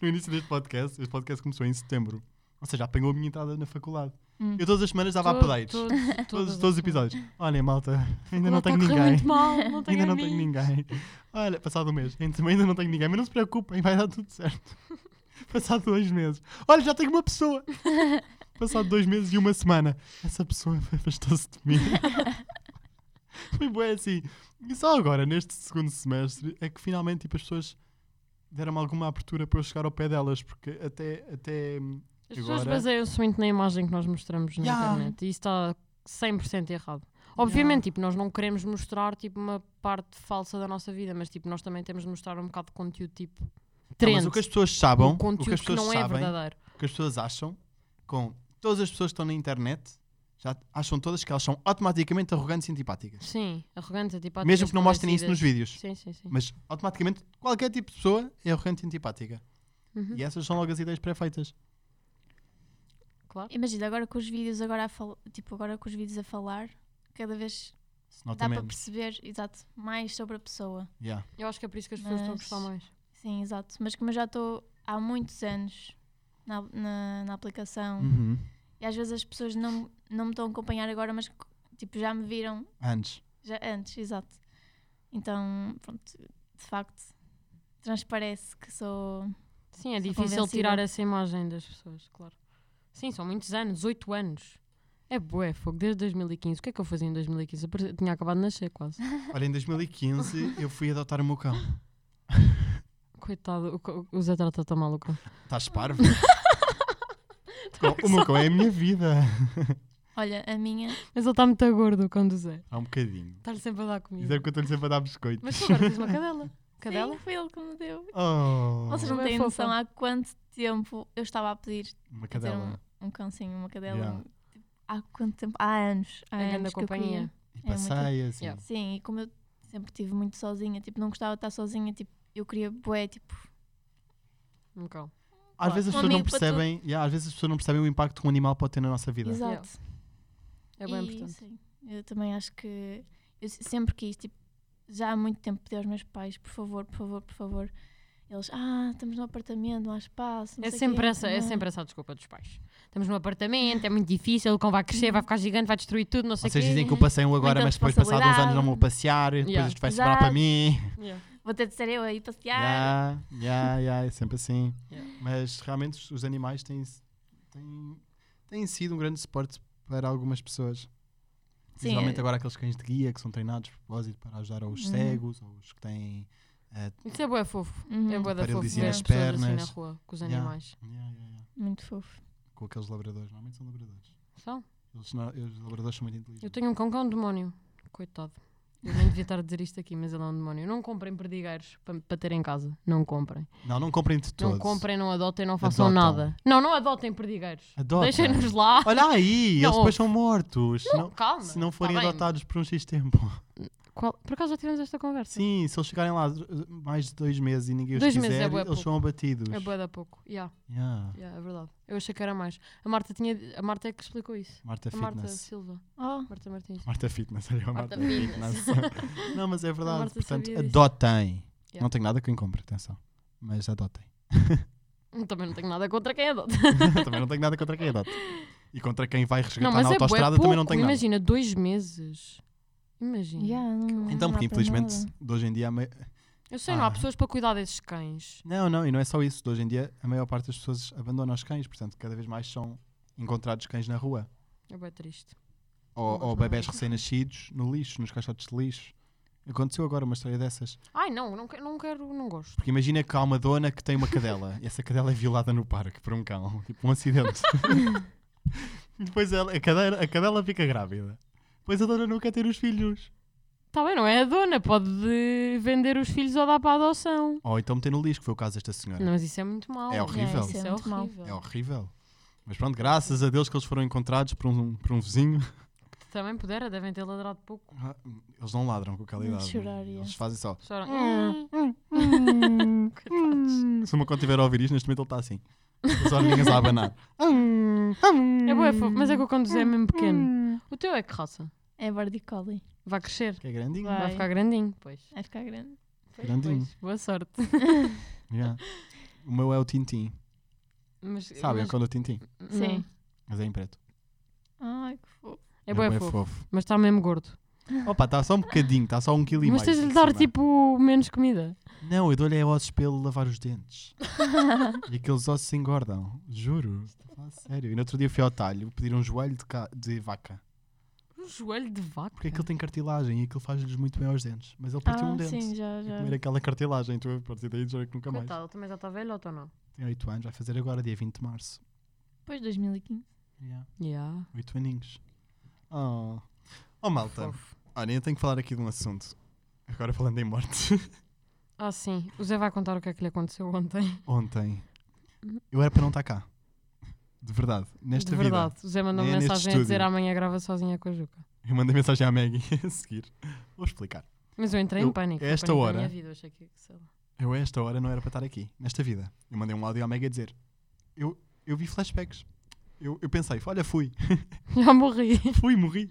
[SPEAKER 2] No início deste podcast, este podcast começou em setembro. Ou seja, apanhou a minha entrada na faculdade.
[SPEAKER 3] Hum.
[SPEAKER 2] Eu todas as semanas dava
[SPEAKER 1] Todo-
[SPEAKER 2] updates.
[SPEAKER 1] todo- todas
[SPEAKER 2] todos,
[SPEAKER 1] as
[SPEAKER 2] todos os
[SPEAKER 1] semanas.
[SPEAKER 2] episódios. Olhem, malta, ainda
[SPEAKER 1] Ela
[SPEAKER 2] não
[SPEAKER 3] tá
[SPEAKER 1] está
[SPEAKER 2] tenho
[SPEAKER 1] a correr
[SPEAKER 2] ninguém.
[SPEAKER 1] muito mal, não tenho
[SPEAKER 2] Ainda não
[SPEAKER 1] ninguém.
[SPEAKER 2] tenho ninguém. Olha, passado um mês. Ainda também ainda não tenho ninguém, mas não se preocupem, vai dar tudo certo. Passado dois meses. Olha, já tenho uma pessoa. Passado dois meses e uma semana. Essa pessoa afastou-se de mim. Foi bué assim. E só agora, neste segundo semestre, é que finalmente tipo, as pessoas deram-me alguma abertura para eu chegar ao pé delas, porque até, até hum,
[SPEAKER 1] As pessoas
[SPEAKER 2] Agora-
[SPEAKER 1] baseiam-se muito na imagem que nós mostramos na
[SPEAKER 2] Yeah.
[SPEAKER 1] internet e isso tá está 100% errado. Obviamente, tipo, nós não queremos mostrar tipo, uma parte falsa da nossa vida, mas tipo, nós também temos de mostrar um bocado de conteúdo tipo
[SPEAKER 2] Não,
[SPEAKER 1] trend,
[SPEAKER 2] Tá, mas o que as pessoas sabem,
[SPEAKER 1] um
[SPEAKER 2] o
[SPEAKER 1] conteúdo
[SPEAKER 2] que as pessoas
[SPEAKER 1] não é
[SPEAKER 2] sabem,
[SPEAKER 1] verdadeiro.
[SPEAKER 2] o que as pessoas acham, com todas as pessoas que estão na internet, já acham todas que elas são automaticamente arrogantes e antipáticas.
[SPEAKER 1] Sim, tipo, arrogantes, antipáticas.
[SPEAKER 2] Mesmo que não mostrem isso nos
[SPEAKER 1] convencidas.
[SPEAKER 2] vídeos.
[SPEAKER 1] Sim, sim, sim.
[SPEAKER 2] Mas automaticamente qualquer tipo de pessoa é arrogante e antipática.
[SPEAKER 1] Uhum.
[SPEAKER 2] E essas são logo as ideias pré-feitas.
[SPEAKER 1] Claro.
[SPEAKER 3] Imagina, agora com os vídeos agora a falar, tipo, agora com os vídeos a falar, cada vez
[SPEAKER 2] Se nota
[SPEAKER 3] dá para
[SPEAKER 2] menos.
[SPEAKER 3] perceber, exato, mais sobre a pessoa.
[SPEAKER 2] Yeah.
[SPEAKER 1] Eu acho que é por isso que as pessoas estão a
[SPEAKER 3] Mas-
[SPEAKER 1] gostar mais.
[SPEAKER 3] Sim, exato. Mas como eu já estou há muitos anos na, na, na aplicação,
[SPEAKER 2] Uhum.
[SPEAKER 3] e às vezes as pessoas não, não me estão a acompanhar agora, mas tipo, já me viram
[SPEAKER 2] Antes.
[SPEAKER 3] já antes, exato. Então, pronto, de facto, transparece que sou.
[SPEAKER 1] Sim, é
[SPEAKER 3] Sou
[SPEAKER 1] difícil
[SPEAKER 3] convencida.
[SPEAKER 1] tirar essa imagem das pessoas, claro. Sim, são muitos anos, 8 anos. É bué, fogo, desde 2015. O que é que eu fazia em 2015? Eu pare- tinha acabado de nascer quase.
[SPEAKER 2] Olha, em 2015 eu fui adotar o meu cão.
[SPEAKER 1] Coitado, o co- o Zé trata tá tão mal o cão.
[SPEAKER 2] Estás parvo? o meu cão é a minha vida.
[SPEAKER 3] Olha, a minha.
[SPEAKER 1] Mas ele está muito gordo, o cão do Zé.
[SPEAKER 2] Há um bocadinho.
[SPEAKER 1] Está-lhe sempre a dar comida.
[SPEAKER 2] Dizer que eu estou-lhe sempre a dar biscoitos.
[SPEAKER 1] Mas tu agora tens uma cadela. Cadela?
[SPEAKER 3] Sim, foi ele que me deu.
[SPEAKER 2] Oh,
[SPEAKER 3] Vocês não
[SPEAKER 1] Bem
[SPEAKER 3] têm
[SPEAKER 1] fofa.
[SPEAKER 3] noção há quanto tempo eu estava a pedir
[SPEAKER 2] uma
[SPEAKER 3] Quer dizer,
[SPEAKER 2] cadela.
[SPEAKER 3] um, um cãozinho, uma cadela.
[SPEAKER 2] Yeah.
[SPEAKER 3] um- há quanto tempo? Há anos. Há
[SPEAKER 1] A grande
[SPEAKER 3] anos Ah, que eu
[SPEAKER 1] companhia.
[SPEAKER 2] E
[SPEAKER 3] é muito-
[SPEAKER 2] passei, assim.
[SPEAKER 1] Yeah.
[SPEAKER 3] queria. Sim, e como eu sempre estive muito sozinha, tipo, não gostava de estar sozinha, tipo, eu queria bué, tipo,
[SPEAKER 1] Um cão.
[SPEAKER 2] Às vezes as
[SPEAKER 3] Um
[SPEAKER 2] pessoas não
[SPEAKER 3] amigo para
[SPEAKER 2] percebem, yeah, às vezes as pessoas não percebem o impacto que um animal pode ter na nossa vida.
[SPEAKER 3] exato.
[SPEAKER 1] É bem
[SPEAKER 3] E,
[SPEAKER 1] importante.
[SPEAKER 3] Sim, eu também acho que eu se- sempre quis, tipo, já há muito tempo pedir aos meus pais, por favor, por favor, por favor. Eles, ah, estamos no apartamento, não há espaço. não
[SPEAKER 1] É
[SPEAKER 3] sei
[SPEAKER 1] sempre,
[SPEAKER 3] quê.
[SPEAKER 1] essa, é
[SPEAKER 3] Ah.
[SPEAKER 1] sempre essa a desculpa dos pais. Estamos num apartamento, é muito difícil, o cão vai crescer, vai ficar gigante, vai destruir tudo, não sei o quê.
[SPEAKER 2] Vocês dizem que eu passei um agora,
[SPEAKER 3] É Muita
[SPEAKER 2] mas depois passado uns anos
[SPEAKER 3] responsabilidade.
[SPEAKER 2] não vou passear, depois
[SPEAKER 1] Yeah.
[SPEAKER 2] isto vai sobrar para
[SPEAKER 3] Exato.
[SPEAKER 2] mim.
[SPEAKER 1] Yeah.
[SPEAKER 3] Vou ter de ser eu aí passear.
[SPEAKER 2] Yeah, yeah, yeah, é sempre assim.
[SPEAKER 1] Yeah.
[SPEAKER 2] Mas realmente os- os animais têm, têm, têm sido um grande suporte para algumas pessoas.
[SPEAKER 3] Sim,
[SPEAKER 2] Principalmente
[SPEAKER 3] é-
[SPEAKER 2] agora aqueles cães de guia que são treinados de propósito para ajudar ou os
[SPEAKER 3] Uhum.
[SPEAKER 2] cegos ou os que têm.
[SPEAKER 1] Isso é bué fofo.
[SPEAKER 3] Uhum.
[SPEAKER 1] É bué da fofo
[SPEAKER 2] Paralisia
[SPEAKER 1] ver
[SPEAKER 2] nas
[SPEAKER 1] as pessoas assim na
[SPEAKER 2] pernas.
[SPEAKER 1] rua, com os
[SPEAKER 2] Yeah.
[SPEAKER 1] animais.
[SPEAKER 2] Yeah, yeah, yeah.
[SPEAKER 3] Muito fofo.
[SPEAKER 2] Com aqueles labradores, normalmente são labradores.
[SPEAKER 1] São?
[SPEAKER 2] Eles, não- os labradores são muito
[SPEAKER 1] Eu
[SPEAKER 2] inteligentes.
[SPEAKER 1] tenho um cão que é um demónio. Coitado. Eu nem devia estar a dizer isto aqui, mas ele é um demónio. Não comprem perdigueiros para para ter em casa. Não comprem.
[SPEAKER 2] Não, não comprem de todos.
[SPEAKER 1] Não comprem, não adotem, não façam
[SPEAKER 2] Adotam.
[SPEAKER 1] nada. Não, não adotem perdigueiros.
[SPEAKER 2] Adotem.
[SPEAKER 1] Deixem-nos lá.
[SPEAKER 2] Olha aí,
[SPEAKER 1] Não,
[SPEAKER 2] eles depois são mortos. se não-
[SPEAKER 1] Calma.
[SPEAKER 2] se não forem
[SPEAKER 1] tá bem.
[SPEAKER 2] adotados por um X tempo.
[SPEAKER 1] Qual- Por acaso já tivemos esta conversa?
[SPEAKER 2] Sim, se eles chegarem lá uh, mais de dois meses e ninguém os
[SPEAKER 1] Dois meses é
[SPEAKER 2] quiser,
[SPEAKER 1] bué
[SPEAKER 2] eles
[SPEAKER 1] pouco.
[SPEAKER 2] são abatidos.
[SPEAKER 1] É bué da pouco. Yeah,
[SPEAKER 2] Yeah.
[SPEAKER 1] yeah, é verdade. Eu achei que era mais. A Marta, tinha, a Marta é que explicou isso.
[SPEAKER 2] Marta
[SPEAKER 1] A Marta
[SPEAKER 2] Fitness.
[SPEAKER 1] Silva.
[SPEAKER 3] Oh,
[SPEAKER 1] Marta Martins.
[SPEAKER 2] Marta Fitness, olha a
[SPEAKER 1] Marta
[SPEAKER 2] Marta,
[SPEAKER 1] Fitness.
[SPEAKER 2] Fitness. Não, mas é verdade.
[SPEAKER 1] Marta
[SPEAKER 2] Portanto,
[SPEAKER 1] sabia disso.
[SPEAKER 2] adotem.
[SPEAKER 1] Yeah.
[SPEAKER 2] Não tenho nada que compre, atenção. Mas adotem.
[SPEAKER 1] Também não tenho nada contra quem é adota.
[SPEAKER 2] também não tenho nada contra quem adote. E contra quem vai resgatar
[SPEAKER 1] Não,
[SPEAKER 2] tá na
[SPEAKER 1] mas é bué
[SPEAKER 2] autostrada
[SPEAKER 1] pouco.
[SPEAKER 2] também não tenho nada.
[SPEAKER 1] Imagina, dois meses. Imagina.
[SPEAKER 3] yeah, não, não
[SPEAKER 2] Então,
[SPEAKER 3] dá
[SPEAKER 2] porque
[SPEAKER 3] para
[SPEAKER 2] infelizmente,
[SPEAKER 3] nada.
[SPEAKER 2] de hoje em dia. a mai-
[SPEAKER 1] Eu sei, não há
[SPEAKER 2] Ah.
[SPEAKER 1] pessoas para cuidar desses cães.
[SPEAKER 2] Não, não, e não é só isso. De hoje em dia, a maior parte das pessoas abandona os cães, portanto, cada vez mais são encontrados cães na rua.
[SPEAKER 1] É bem triste.
[SPEAKER 2] Ou,
[SPEAKER 1] Não
[SPEAKER 2] ou
[SPEAKER 1] gosto nada
[SPEAKER 2] bebés
[SPEAKER 1] disso.
[SPEAKER 2] recém-nascidos no lixo, nos caixotes de lixo. Aconteceu agora uma história dessas.
[SPEAKER 1] Ai, não, não, que- não quero, não gosto.
[SPEAKER 2] Porque imagina que há uma dona que tem uma cadela e essa cadela é violada no parque por um cão, tipo um acidente. e depois ela, a, cadela, a cadela fica grávida. Depois a dona não quer ter os filhos.
[SPEAKER 1] Está bem, não é a dona, pode eh, vender os filhos ou dar para a adoção.
[SPEAKER 2] Ou então meter no lixo, que foi o caso desta senhora.
[SPEAKER 1] Não, mas isso é muito mau.
[SPEAKER 2] É horrível.
[SPEAKER 1] Isso, é,
[SPEAKER 3] É muito mau.
[SPEAKER 1] horrível.
[SPEAKER 2] É horrível. Mas pronto, graças a Deus que eles foram encontrados por um, por um vizinho.
[SPEAKER 1] Também pudera, devem ter ladrado pouco.
[SPEAKER 2] Ah, Eles não ladram com aquela
[SPEAKER 3] Não
[SPEAKER 2] idade.
[SPEAKER 3] chorar, é.
[SPEAKER 2] Eles fazem só.
[SPEAKER 1] Choram.
[SPEAKER 3] Ah. Hum.
[SPEAKER 1] Hum,
[SPEAKER 2] Hum, Se uma conta estiver a ouvir isto, neste momento ele está assim. As orelhinhas a abanar. Hum,
[SPEAKER 1] É boa, mas é que o conduzir é mesmo
[SPEAKER 3] Hum.
[SPEAKER 1] pequeno. O teu é que raça?
[SPEAKER 3] É Bardi Collie.
[SPEAKER 1] Vai crescer.
[SPEAKER 2] Que é grandinho.
[SPEAKER 1] Vai
[SPEAKER 3] Vai.
[SPEAKER 1] ficar grandinho, pois.
[SPEAKER 3] Vai ficar é grande.
[SPEAKER 1] Pois,
[SPEAKER 2] Grandinho.
[SPEAKER 1] pois. Boa sorte.
[SPEAKER 2] Yeah. O meu é o Tintim.
[SPEAKER 1] Mas,
[SPEAKER 2] Sabem
[SPEAKER 1] mas-
[SPEAKER 2] quando é o Tintim?
[SPEAKER 3] Sim.
[SPEAKER 2] Mas é em preto.
[SPEAKER 3] Ai, que fofo.
[SPEAKER 1] É boa,
[SPEAKER 2] bué
[SPEAKER 1] fofo. Mas está mesmo gordo.
[SPEAKER 2] Opa, está só um bocadinho, está só um quilo e
[SPEAKER 1] Mas
[SPEAKER 2] meio
[SPEAKER 1] tens de lhe
[SPEAKER 2] por
[SPEAKER 1] dar
[SPEAKER 2] cima.
[SPEAKER 1] tipo menos comida.
[SPEAKER 2] Não, eu dou-lhe é ossos para ele lavar os dentes. e aqueles ossos engordam. Juro. Estou a falar sério. E no outro dia fui ao talho pedir um joelho de, ca- de vaca.
[SPEAKER 1] Um joelho de vaca.
[SPEAKER 2] Porque aquilo tem cartilagem e aquilo faz-lhes muito bem aos dentes. Mas ele partiu
[SPEAKER 3] ah,
[SPEAKER 2] um dente.
[SPEAKER 3] sim, já,
[SPEAKER 2] E
[SPEAKER 3] já.
[SPEAKER 2] comer aquela cartilagem, então a partir daí já que nunca mais.
[SPEAKER 1] Coitado, ele também já está velho ou está não?
[SPEAKER 2] Tem 8 anos, vai fazer agora, dia 20 de março.
[SPEAKER 3] Depois 2015.
[SPEAKER 2] Yeah.
[SPEAKER 1] Yeah.
[SPEAKER 2] 8 aninhos. Oh. oh, malta.
[SPEAKER 1] Fofo.
[SPEAKER 2] Olha, eu tenho que falar aqui de um assunto. Agora falando em morte.
[SPEAKER 1] Ah, sim. O Zé vai contar o que é que lhe aconteceu ontem.
[SPEAKER 2] Ontem, eu era para não estar cá. De verdade. Nesta
[SPEAKER 1] Uhum. de verdade. O Zé mandou
[SPEAKER 2] Nem
[SPEAKER 1] uma
[SPEAKER 2] neste
[SPEAKER 1] mensagem a
[SPEAKER 2] estúdio.
[SPEAKER 1] dizer amanhã grava sozinha com a Juca.
[SPEAKER 2] vida. Eu mandei mensagem à Maggie a seguir. Vou explicar.
[SPEAKER 1] Mas eu entrei
[SPEAKER 2] Eu-
[SPEAKER 1] em pânico.
[SPEAKER 2] a esta
[SPEAKER 1] pânico
[SPEAKER 2] hora-
[SPEAKER 1] Da minha vida, eu achei que, sei lá.
[SPEAKER 2] Eu a esta hora não era para estar aqui, nesta vida. Eu mandei um áudio à Maggie a dizer. Eu, eu vi flashbacks. Eu, eu pensei, olha, fui.
[SPEAKER 1] Já morri.
[SPEAKER 2] Fui, morri.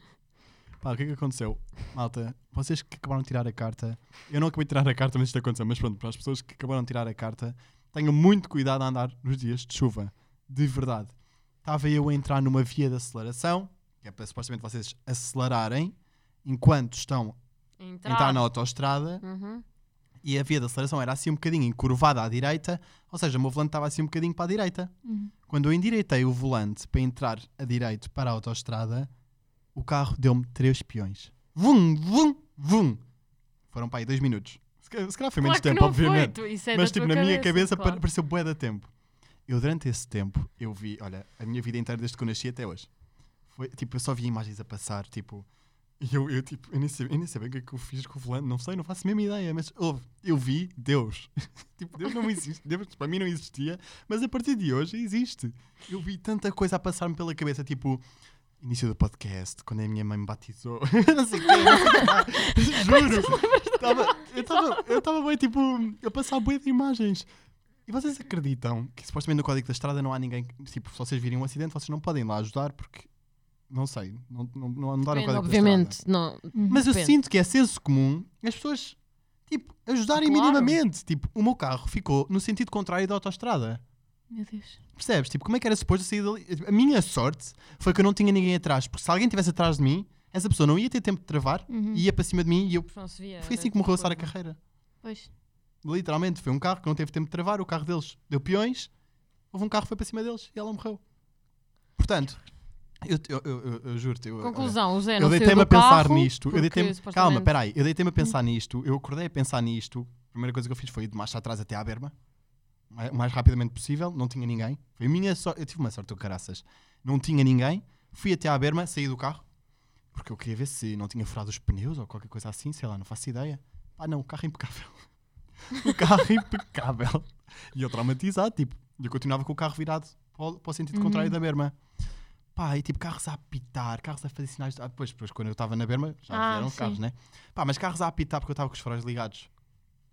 [SPEAKER 2] Pá, o que é que aconteceu? Malta, vocês que acabaram de tirar a carta, eu não acabei de tirar a carta, mas isto aconteceu, mas pronto, para as pessoas que acabaram de tirar a carta, tenham muito cuidado a andar nos dias de chuva. De verdade. Estava eu a entrar numa via de aceleração, que é para supostamente vocês acelerarem, enquanto estão a
[SPEAKER 1] Entrar.
[SPEAKER 2] entrar na autoestrada,
[SPEAKER 1] Uhum.
[SPEAKER 2] e a via de aceleração era assim um bocadinho encurvada à direita, ou seja, o meu volante estava assim um bocadinho para a direita.
[SPEAKER 3] Uhum.
[SPEAKER 2] Quando eu endireitei o volante para entrar a direito para a autoestrada, o carro deu-me três peões. Vum, vum, vum. Foram para aí dois minutos. Se ca- se calhar foi menos
[SPEAKER 1] Claro que
[SPEAKER 2] tempo,
[SPEAKER 1] não foi,
[SPEAKER 2] obviamente.
[SPEAKER 1] tu- isso é
[SPEAKER 2] Mas
[SPEAKER 1] da
[SPEAKER 2] tipo,
[SPEAKER 1] tua
[SPEAKER 2] na minha cabeça
[SPEAKER 1] claro.
[SPEAKER 2] pa- pareceu bué da tempo. Eu durante esse tempo, eu vi, olha, a minha vida inteira desde que eu nasci até hoje. Foi, tipo, eu só vi imagens a passar, tipo... E eu, eu, tipo, eu nem sei, eu nem sei bem o que é que eu fiz com o volante, não sei, não faço a mesma ideia, mas houve, eu vi Deus. tipo, Deus não existe, Deus para mim não existia, mas a partir de hoje existe. Eu vi tanta coisa a passar-me pela cabeça, tipo, início do podcast, quando a minha mãe me batizou, não sei o quê, não sei o quê lá. juro. Tava- eu estava eu tava bem, tipo, a passar bué de imagens. E vocês acreditam que supostamente no Código da Estrada não há ninguém, que- tipo, se vocês virem um acidente, vocês não podem ir lá ajudar porque, não sei, não, não, não andaram no Código da Estrada.
[SPEAKER 1] Obviamente, não.
[SPEAKER 2] Mas eu
[SPEAKER 1] Depende.
[SPEAKER 2] sinto que é senso comum as pessoas Tipo, ajudarem
[SPEAKER 1] Claro.
[SPEAKER 2] minimamente. Tipo, o meu carro ficou no sentido contrário da autoestrada.
[SPEAKER 3] Meu Deus.
[SPEAKER 2] Percebes? Tipo, como é que era suposto sair dali? A minha sorte foi que eu não tinha ninguém atrás, porque se alguém estivesse atrás de mim, essa pessoa não ia ter tempo de travar,
[SPEAKER 3] Uhum.
[SPEAKER 2] ia para cima de mim e eu.
[SPEAKER 1] Porque não se via.
[SPEAKER 2] Foi
[SPEAKER 1] Hum. era
[SPEAKER 2] assim que morreu a
[SPEAKER 1] tipo-
[SPEAKER 2] Sara Carreira.
[SPEAKER 3] Pois.
[SPEAKER 2] Literalmente, foi um carro que não teve tempo de travar, o carro deles deu peões, houve um carro que foi para cima deles e ela morreu. Portanto, eu, eu, eu, eu- eu juro-te. Eu,
[SPEAKER 1] Conclusão, o Zé
[SPEAKER 2] olha,
[SPEAKER 1] não
[SPEAKER 2] eu
[SPEAKER 1] saiu
[SPEAKER 2] deitei-me
[SPEAKER 1] do
[SPEAKER 2] a pensar
[SPEAKER 1] carro
[SPEAKER 2] nisto. Eu
[SPEAKER 1] porque,
[SPEAKER 2] deitei Calma,
[SPEAKER 1] supostamente, Hum.
[SPEAKER 2] peraí. Eu deitei-me a pensar nisto, eu acordei a pensar nisto. A primeira coisa que eu fiz foi ir de marcha atrás até à berma, mai- o mais rapidamente possível, não tinha ninguém. Foi a minha sorte. Eu tive uma sorte, do caraças. Não tinha ninguém, fui até à berma, saí do carro, porque eu queria ver se não tinha furado os pneus ou qualquer coisa assim, sei lá, não faço ideia. Ah, não, o carro é impecável. O carro é impecável. E eu traumatizado, tipo, eu continuava com o carro virado para o, para o sentido
[SPEAKER 1] Uhum.
[SPEAKER 2] contrário da berma. Pá, e tipo, carros a apitar, carros a fazer sinais. de- Ah, depois, depois quando eu estava na berma, já
[SPEAKER 3] Ah,
[SPEAKER 2] vieram
[SPEAKER 3] sim.
[SPEAKER 2] carros, né? Pá, mas carros a apitar porque eu estava com os faróis ligados.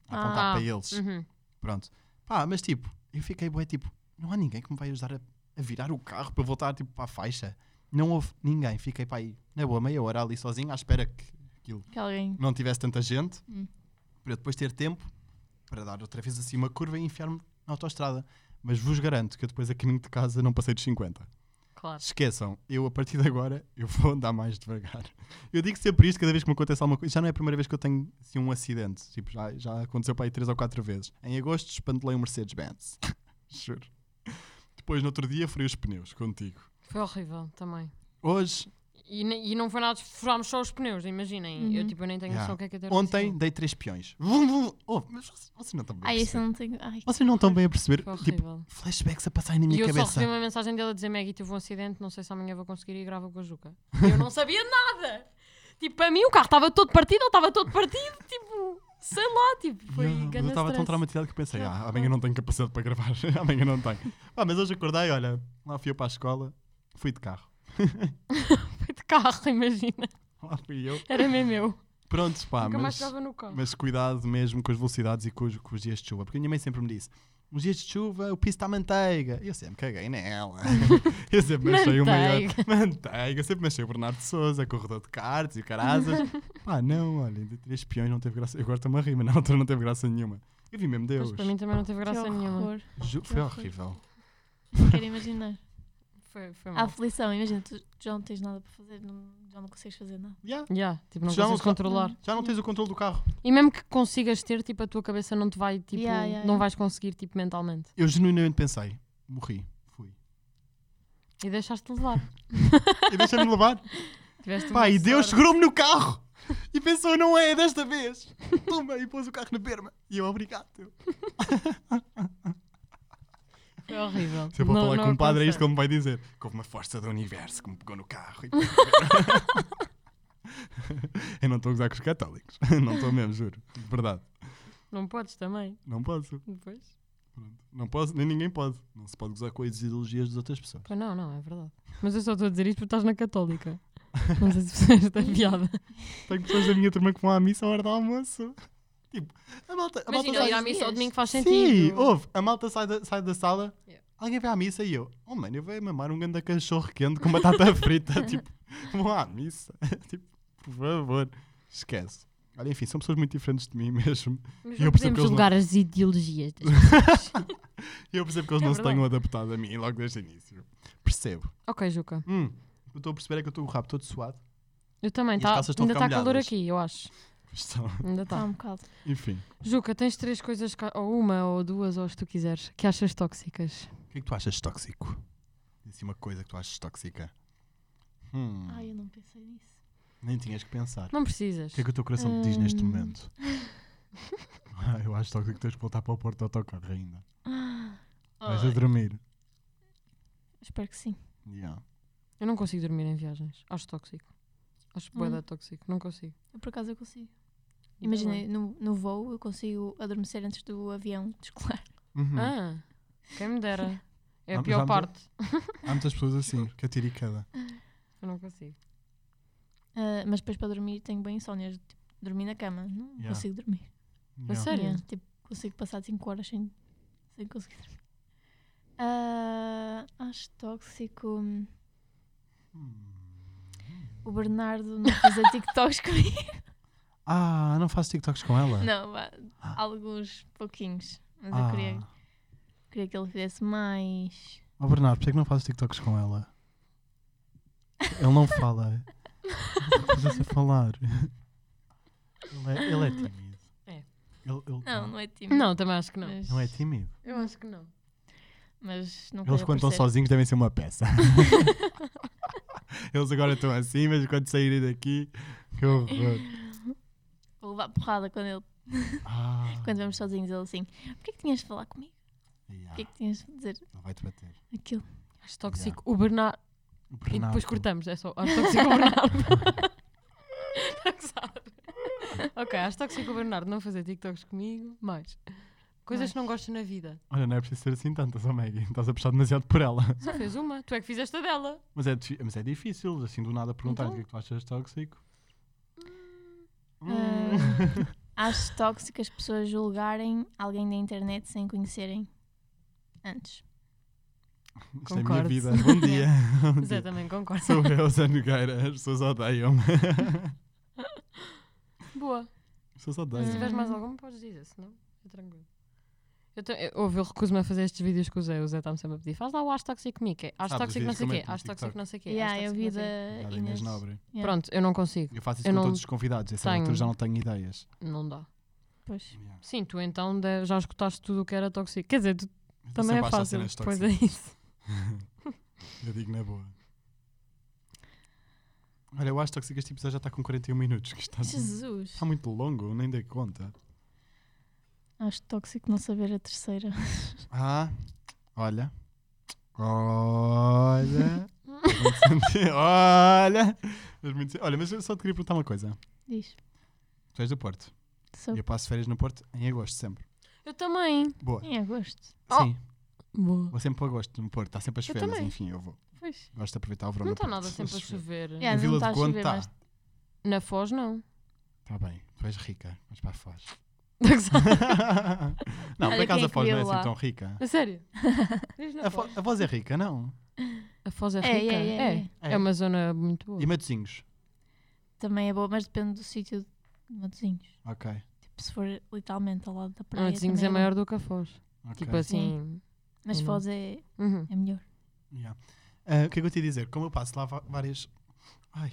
[SPEAKER 2] A apontar
[SPEAKER 1] Ah.
[SPEAKER 2] para eles.
[SPEAKER 3] hum.
[SPEAKER 1] Uhum.
[SPEAKER 2] Pronto. Pá, mas tipo, eu fiquei bué tipo, não há ninguém que me vai ajudar a, a virar o carro para eu voltar tipo para a faixa. Não houve ninguém. Fiquei para aí, na boa, meia hora ali sozinho, à espera que aquilo
[SPEAKER 3] Que alguém.
[SPEAKER 2] não tivesse tanta gente,
[SPEAKER 3] Hum.
[SPEAKER 2] para eu depois ter tempo para dar outra vez assim uma curva e enfiar-me na autoestrada. Mas vos garanto que eu depois a caminho de casa não passei dos 50.
[SPEAKER 1] Claro.
[SPEAKER 2] Esqueçam, eu a partir de agora eu vou andar mais devagar. Eu digo sempre isto cada vez que me acontece alguma coisa. Já não é a primeira vez que eu tenho assim, um acidente. Tipo, já, já aconteceu para aí três ou quatro vezes. Em agosto espantelei um Mercedes-Benz. Juro. Depois, no outro dia, furei os pneus contigo.
[SPEAKER 1] Foi horrível também.
[SPEAKER 2] Hoje,
[SPEAKER 1] E, ne- e não foi nada, furámos só os pneus, imaginem. Eu tipo, eu nem tenho
[SPEAKER 2] Yeah.
[SPEAKER 1] noção o que é que eu tenho
[SPEAKER 2] ontem, dei três peões. Vum, vum. Oh, mas vocês- vocês não estão bem a
[SPEAKER 3] Ai, isso
[SPEAKER 2] perceber.
[SPEAKER 3] eu não tenho. Ai,
[SPEAKER 2] Vocês não estão bem a perceber.
[SPEAKER 1] Foi
[SPEAKER 2] Tipo,
[SPEAKER 1] horrível.
[SPEAKER 2] flashbacks a passarem na
[SPEAKER 1] e
[SPEAKER 2] minha
[SPEAKER 1] eu só
[SPEAKER 2] cabeça.
[SPEAKER 1] recebi uma mensagem dele a dizer Maggie, tive um acidente, não sei se amanhã vou conseguir ir grava com a Juca. Eu não sabia nada. Tipo, para mim o carro estava todo partido, ele estava todo partido, tipo, sei lá, tipo, foi
[SPEAKER 2] Yeah, mas eu
[SPEAKER 1] grande
[SPEAKER 2] estava tão
[SPEAKER 1] stress.
[SPEAKER 2] traumatizado que pensei,
[SPEAKER 1] Que
[SPEAKER 2] ah,
[SPEAKER 1] horror.
[SPEAKER 2] amanhã não tenho capacidade para gravar, amanhã não tenho. Pá, mas hoje acordei, olha, lá fui eu para a escola, fui de carro.
[SPEAKER 1] Foi de carro, imagina.
[SPEAKER 2] Lá fui eu.
[SPEAKER 1] Era mesmo eu.
[SPEAKER 2] Pronto, pá,
[SPEAKER 1] Nunca mais
[SPEAKER 2] Ah, mas,
[SPEAKER 1] estava no carro.
[SPEAKER 2] mas cuidado mesmo com as velocidades e com os, com os dias de chuva, porque a minha mãe sempre me disse, nos dias de chuva o piso está manteiga. Eu sempre caguei nela. eu sempre mexei o maior.
[SPEAKER 1] Manteiga.
[SPEAKER 2] Manteiga, eu sempre mexei o Bernardo Souza, corredor de cartas e o caraças. Pá, não, olha, de três peões não teve graça. Eu agora estou-me a rir, mas na altura não teve graça nenhuma. Eu vi mesmo Deus.
[SPEAKER 1] Mas para mim também não teve
[SPEAKER 3] que
[SPEAKER 1] graça
[SPEAKER 3] horror.
[SPEAKER 1] nenhuma.
[SPEAKER 2] Ju-
[SPEAKER 3] que
[SPEAKER 2] Foi
[SPEAKER 3] horror.
[SPEAKER 2] horrível.
[SPEAKER 3] Não quero imaginar.
[SPEAKER 1] Foi, foi
[SPEAKER 3] A
[SPEAKER 1] mal.
[SPEAKER 3] aflição, imagina, tu já não tens nada para fazer, não, já não consegues fazer nada.
[SPEAKER 2] Yeah.
[SPEAKER 1] Yeah, tipo, não
[SPEAKER 2] Já não
[SPEAKER 1] consegues
[SPEAKER 2] só-
[SPEAKER 1] controlar.
[SPEAKER 2] Já não tens o controle do carro.
[SPEAKER 1] E mesmo que consigas ter, tipo, a tua cabeça não te vai, tipo,
[SPEAKER 3] Yeah, yeah,
[SPEAKER 1] não
[SPEAKER 3] yeah.
[SPEAKER 1] vais conseguir, tipo, mentalmente.
[SPEAKER 2] Eu genuinamente pensei, morri, fui.
[SPEAKER 1] E deixaste-te levar.
[SPEAKER 2] E deixei-me levar.
[SPEAKER 1] Tiveste
[SPEAKER 2] Pá,
[SPEAKER 1] uma
[SPEAKER 2] e Deus
[SPEAKER 1] sorte.
[SPEAKER 2] segurou-me no carro. E pensou, não é desta vez. Pumba, e pôs o carro na perna. E eu, obrigado.
[SPEAKER 1] Foi horrível.
[SPEAKER 2] Se eu vou
[SPEAKER 1] Não-
[SPEAKER 2] falar
[SPEAKER 1] não
[SPEAKER 2] com um padre, é isto
[SPEAKER 1] alcançou.
[SPEAKER 2] que ele me vai dizer. Que houve uma força do universo que me pegou no carro. E... eu não estou a gozar com os católicos. Não estou mesmo, juro. De verdade.
[SPEAKER 1] Não podes também,
[SPEAKER 2] Não posso.
[SPEAKER 1] depois.
[SPEAKER 2] Pronto. Não posso, nem ninguém pode. Não se pode gozar com as ideologias das outras pessoas.
[SPEAKER 1] Pois não, não, é verdade. Mas eu só estou a dizer isto porque estás na católica. Não sei se percebes esta piada.
[SPEAKER 2] Tenho pessoas da minha turma que vão à missa à hora do almoço. Tipo, a malta, a malta
[SPEAKER 1] Imagina,
[SPEAKER 2] sai-
[SPEAKER 1] ir à missa ao domingo faz
[SPEAKER 2] Sim, oh,
[SPEAKER 1] sentido.
[SPEAKER 2] ouve, a malta sai da, sai da sala,
[SPEAKER 1] Yeah.
[SPEAKER 2] alguém vai à missa e eu, oh mano, eu vou mamar um grande cachorro quente com batata frita, tipo, vão à missa, tipo, por favor, esquece. Olha, enfim, são pessoas muito diferentes de mim mesmo.
[SPEAKER 1] Mas
[SPEAKER 2] Eu
[SPEAKER 1] não
[SPEAKER 2] percebo que eles
[SPEAKER 1] podemos
[SPEAKER 2] não-
[SPEAKER 1] julgar as ideologias. das-
[SPEAKER 2] Eu percebo que eles
[SPEAKER 1] É
[SPEAKER 2] não se
[SPEAKER 1] verdade.
[SPEAKER 2] tenham adaptado a mim logo desde o início. Percebo.
[SPEAKER 1] ok, Juca.
[SPEAKER 2] Hum, o que eu estou a perceber é que eu estou com o rabo todo suado.
[SPEAKER 1] Eu também.
[SPEAKER 2] E as
[SPEAKER 1] tá-
[SPEAKER 2] calças estão
[SPEAKER 1] ainda está
[SPEAKER 2] camulhadas.
[SPEAKER 1] calor aqui, eu acho.
[SPEAKER 2] Estão-
[SPEAKER 1] Ainda
[SPEAKER 3] Está
[SPEAKER 1] está.
[SPEAKER 3] um bocado.
[SPEAKER 2] Enfim,
[SPEAKER 1] Juca, tens três coisas, ca- ou uma, ou duas, ou as que tu quiseres, que achas tóxicas.
[SPEAKER 2] o que é que tu achas tóxico? Diz assim uma coisa que tu achas tóxica. Hum,
[SPEAKER 3] Ai, eu não pensei nisso.
[SPEAKER 2] nem tinhas que pensar.
[SPEAKER 1] Não precisas.
[SPEAKER 2] O que é que o teu coração te diz neste
[SPEAKER 3] Hum.
[SPEAKER 2] momento? Ah, eu acho tóxico que tens de voltar para o Porto de autocarro ainda. Vais a dormir.
[SPEAKER 3] Ah, Espero que sim.
[SPEAKER 2] Yeah.
[SPEAKER 1] Eu não consigo dormir em viagens. Acho tóxico. Acho
[SPEAKER 3] Hum.
[SPEAKER 1] boeda tóxico. Não consigo.
[SPEAKER 3] Eu por acaso eu consigo.
[SPEAKER 1] Ainda
[SPEAKER 3] Imagina,
[SPEAKER 1] bem.
[SPEAKER 3] no, no voo eu consigo adormecer antes do avião escolar.
[SPEAKER 2] Uhum.
[SPEAKER 1] Ah, quem me dera. É
[SPEAKER 2] Ah,
[SPEAKER 1] a
[SPEAKER 2] mas
[SPEAKER 1] pior
[SPEAKER 2] há muita-
[SPEAKER 1] parte.
[SPEAKER 2] Há muitas pessoas assim, que atira e cada.
[SPEAKER 1] Eu não consigo.
[SPEAKER 3] Ah, mas depois para dormir tenho bem insónias. Tipo, dormir na cama. Não
[SPEAKER 2] Yeah.
[SPEAKER 3] consigo dormir.
[SPEAKER 1] Mas
[SPEAKER 2] Yeah.
[SPEAKER 1] Sério?
[SPEAKER 3] Yeah, tipo, consigo passar 5 horas sem, sem conseguir dormir. Ah, acho tóxico hum,
[SPEAKER 2] Hum.
[SPEAKER 3] o Bernardo não fazer TikToks comigo.
[SPEAKER 2] Ah, não faço TikToks com ela?
[SPEAKER 3] Não, vá, alguns pouquinhos. Mas eu
[SPEAKER 2] Ah.
[SPEAKER 3] queria, queria que ele fizesse mais.
[SPEAKER 2] Oh, Bernardo, por que é que não fazes TikToks com ela? Ele não fala. Precisa a falar. Ele é, ele é tímido.
[SPEAKER 1] É.
[SPEAKER 2] Ele, ele-
[SPEAKER 3] Não, não é tímido.
[SPEAKER 1] Não, também acho que não.
[SPEAKER 3] Mas,
[SPEAKER 2] não é tímido.
[SPEAKER 1] Eu acho que não.
[SPEAKER 3] mas não
[SPEAKER 2] Eles
[SPEAKER 3] quero
[SPEAKER 2] quando estão
[SPEAKER 3] aparecer.
[SPEAKER 2] sozinhos devem ser uma peça. Eles agora estão assim, mas quando saírem daqui. Que horror.
[SPEAKER 3] Vou levar porrada quando, ele,
[SPEAKER 2] Ah,
[SPEAKER 3] quando vamos sozinhos. Ele assim: Porquê que tinhas de falar comigo?
[SPEAKER 2] yeah,
[SPEAKER 3] Porquê que tinhas de dizer
[SPEAKER 2] Ele vai-te bater.
[SPEAKER 3] aquilo?
[SPEAKER 1] Acho tóxico o Bernardo. E depois
[SPEAKER 2] Bernardo.
[SPEAKER 1] cortamos, é só. Acho tóxico o Bernardo. Tá gozado. ok, acho tóxico o Bernardo não fazer TikToks comigo, mais. Coisas que não gosto na vida.
[SPEAKER 2] Olha, não é preciso ser assim tantas, oh Maggie. Estás a puxar demasiado por ela.
[SPEAKER 1] Só fez uma, tu é que fizeste a dela.
[SPEAKER 2] Mas é, difí- mas é difícil, assim, do nada perguntar
[SPEAKER 1] Então?
[SPEAKER 2] o que é que tu achas tóxico.
[SPEAKER 1] Ah,
[SPEAKER 3] Hum. Acho tóxico as pessoas julgarem alguém da internet sem conhecerem antes.
[SPEAKER 2] Isto é a minha
[SPEAKER 1] Concordo.
[SPEAKER 2] vida. Bom dia. Bom
[SPEAKER 1] Zé,
[SPEAKER 2] dia.
[SPEAKER 1] também concordo.
[SPEAKER 2] Sou eu, Zé Nogueira. As pessoas odeiam-me. As
[SPEAKER 1] Boa.
[SPEAKER 2] pessoas
[SPEAKER 1] Se
[SPEAKER 2] odeiam-me.
[SPEAKER 1] tiveres
[SPEAKER 3] Hum.
[SPEAKER 1] mais alguma, podes dizer, senão é tranquilo. Eu te, eu, ouve, eu recuso-me a fazer estes vídeos com o Zé. O Zé está-me sempre a pedir: faz lá o acho tóxico comigo. que é Acho
[SPEAKER 2] Sabes,
[SPEAKER 1] tóxico não
[SPEAKER 2] vídeos
[SPEAKER 1] sei o quê,
[SPEAKER 2] comento no
[SPEAKER 1] acho tóxico
[SPEAKER 2] TikTok.
[SPEAKER 1] não sei o quê. é,
[SPEAKER 3] Yeah,
[SPEAKER 1] acho
[SPEAKER 3] eu
[SPEAKER 1] tóxico é
[SPEAKER 3] vi
[SPEAKER 1] não sei o quê.
[SPEAKER 3] da
[SPEAKER 2] Obrigado,
[SPEAKER 3] Inês.
[SPEAKER 2] Inês Nobre.
[SPEAKER 3] Yeah.
[SPEAKER 1] Pronto, eu não consigo.
[SPEAKER 2] Eu faço isso
[SPEAKER 1] Eu
[SPEAKER 2] com
[SPEAKER 1] não
[SPEAKER 2] todos os convidados. Essa altura
[SPEAKER 1] tenho.
[SPEAKER 2] já não tenho ideias.
[SPEAKER 1] Não dá.
[SPEAKER 3] Pois.
[SPEAKER 1] Sim, tu então de- já escutaste tudo o que era tóxico. Quer dizer, tu
[SPEAKER 2] Eu
[SPEAKER 1] também
[SPEAKER 2] sempre
[SPEAKER 1] é
[SPEAKER 2] acho as
[SPEAKER 1] fácil.
[SPEAKER 2] cenas
[SPEAKER 1] Pois é
[SPEAKER 2] tóxicas.
[SPEAKER 1] isso.
[SPEAKER 2] Eu digo na boa. Olha, eu acho tóxico este episódio já está com 41 minutos. que Está,
[SPEAKER 3] Jesus.
[SPEAKER 2] está muito longo, nem dei conta.
[SPEAKER 3] Acho tóxico não saber a terceira.
[SPEAKER 2] Ah, olha. Olha. Muito senti- olha. Mas muito sen- Olha, mas eu só te queria perguntar uma coisa.
[SPEAKER 3] Diz.
[SPEAKER 2] Tu és do Porto.
[SPEAKER 3] Sou
[SPEAKER 2] Eu passo férias no Porto em agosto, sempre.
[SPEAKER 1] Eu também.
[SPEAKER 2] Boa.
[SPEAKER 3] em agosto.
[SPEAKER 1] Oh.
[SPEAKER 2] Sim,
[SPEAKER 1] Boa.
[SPEAKER 2] vou sempre para agosto no Porto. Está sempre a
[SPEAKER 1] Eu
[SPEAKER 2] chover, mas
[SPEAKER 1] também.
[SPEAKER 2] enfim, eu vou.
[SPEAKER 3] Pois.
[SPEAKER 2] Gosto de aproveitar o verão.
[SPEAKER 1] Não
[SPEAKER 2] no
[SPEAKER 1] está
[SPEAKER 2] Porto.
[SPEAKER 1] nada sempre a chover. É,
[SPEAKER 3] Yeah. Ah,
[SPEAKER 2] Em
[SPEAKER 3] não
[SPEAKER 2] Vila
[SPEAKER 3] está
[SPEAKER 2] do
[SPEAKER 3] a
[SPEAKER 2] Conde
[SPEAKER 3] chover,
[SPEAKER 2] está.
[SPEAKER 3] mas-
[SPEAKER 1] Na Foz, não.
[SPEAKER 2] Está bem. Tu és rica, mas para a Foz.
[SPEAKER 1] Tá
[SPEAKER 2] não, por
[SPEAKER 3] Olha
[SPEAKER 2] acaso
[SPEAKER 3] quem
[SPEAKER 2] a Foz não é
[SPEAKER 3] criou lá.
[SPEAKER 2] assim tão rica.
[SPEAKER 1] A sério? Diz na
[SPEAKER 2] A, Fo-
[SPEAKER 1] Foz.
[SPEAKER 2] a Foz é rica, não?
[SPEAKER 1] A Foz é
[SPEAKER 3] É, é,
[SPEAKER 1] rica.
[SPEAKER 3] é, é,
[SPEAKER 1] É. É uma zona muito boa.
[SPEAKER 2] E Matozinhos?
[SPEAKER 3] Também é boa, mas depende do sítio de Matozinhos.
[SPEAKER 2] Ok.
[SPEAKER 3] Tipo, se for literalmente ao lado da praia.
[SPEAKER 1] Matozinhos
[SPEAKER 3] também
[SPEAKER 1] é
[SPEAKER 3] bom.
[SPEAKER 1] maior do que a Foz.
[SPEAKER 2] ok.
[SPEAKER 1] Tipo assim.
[SPEAKER 3] Mas
[SPEAKER 1] Uhum.
[SPEAKER 3] Foz é,
[SPEAKER 1] uhum.
[SPEAKER 3] é melhor.
[SPEAKER 2] Yeah. Ah, o que é que eu te ia dizer? Como eu passo lá va- várias. Ai,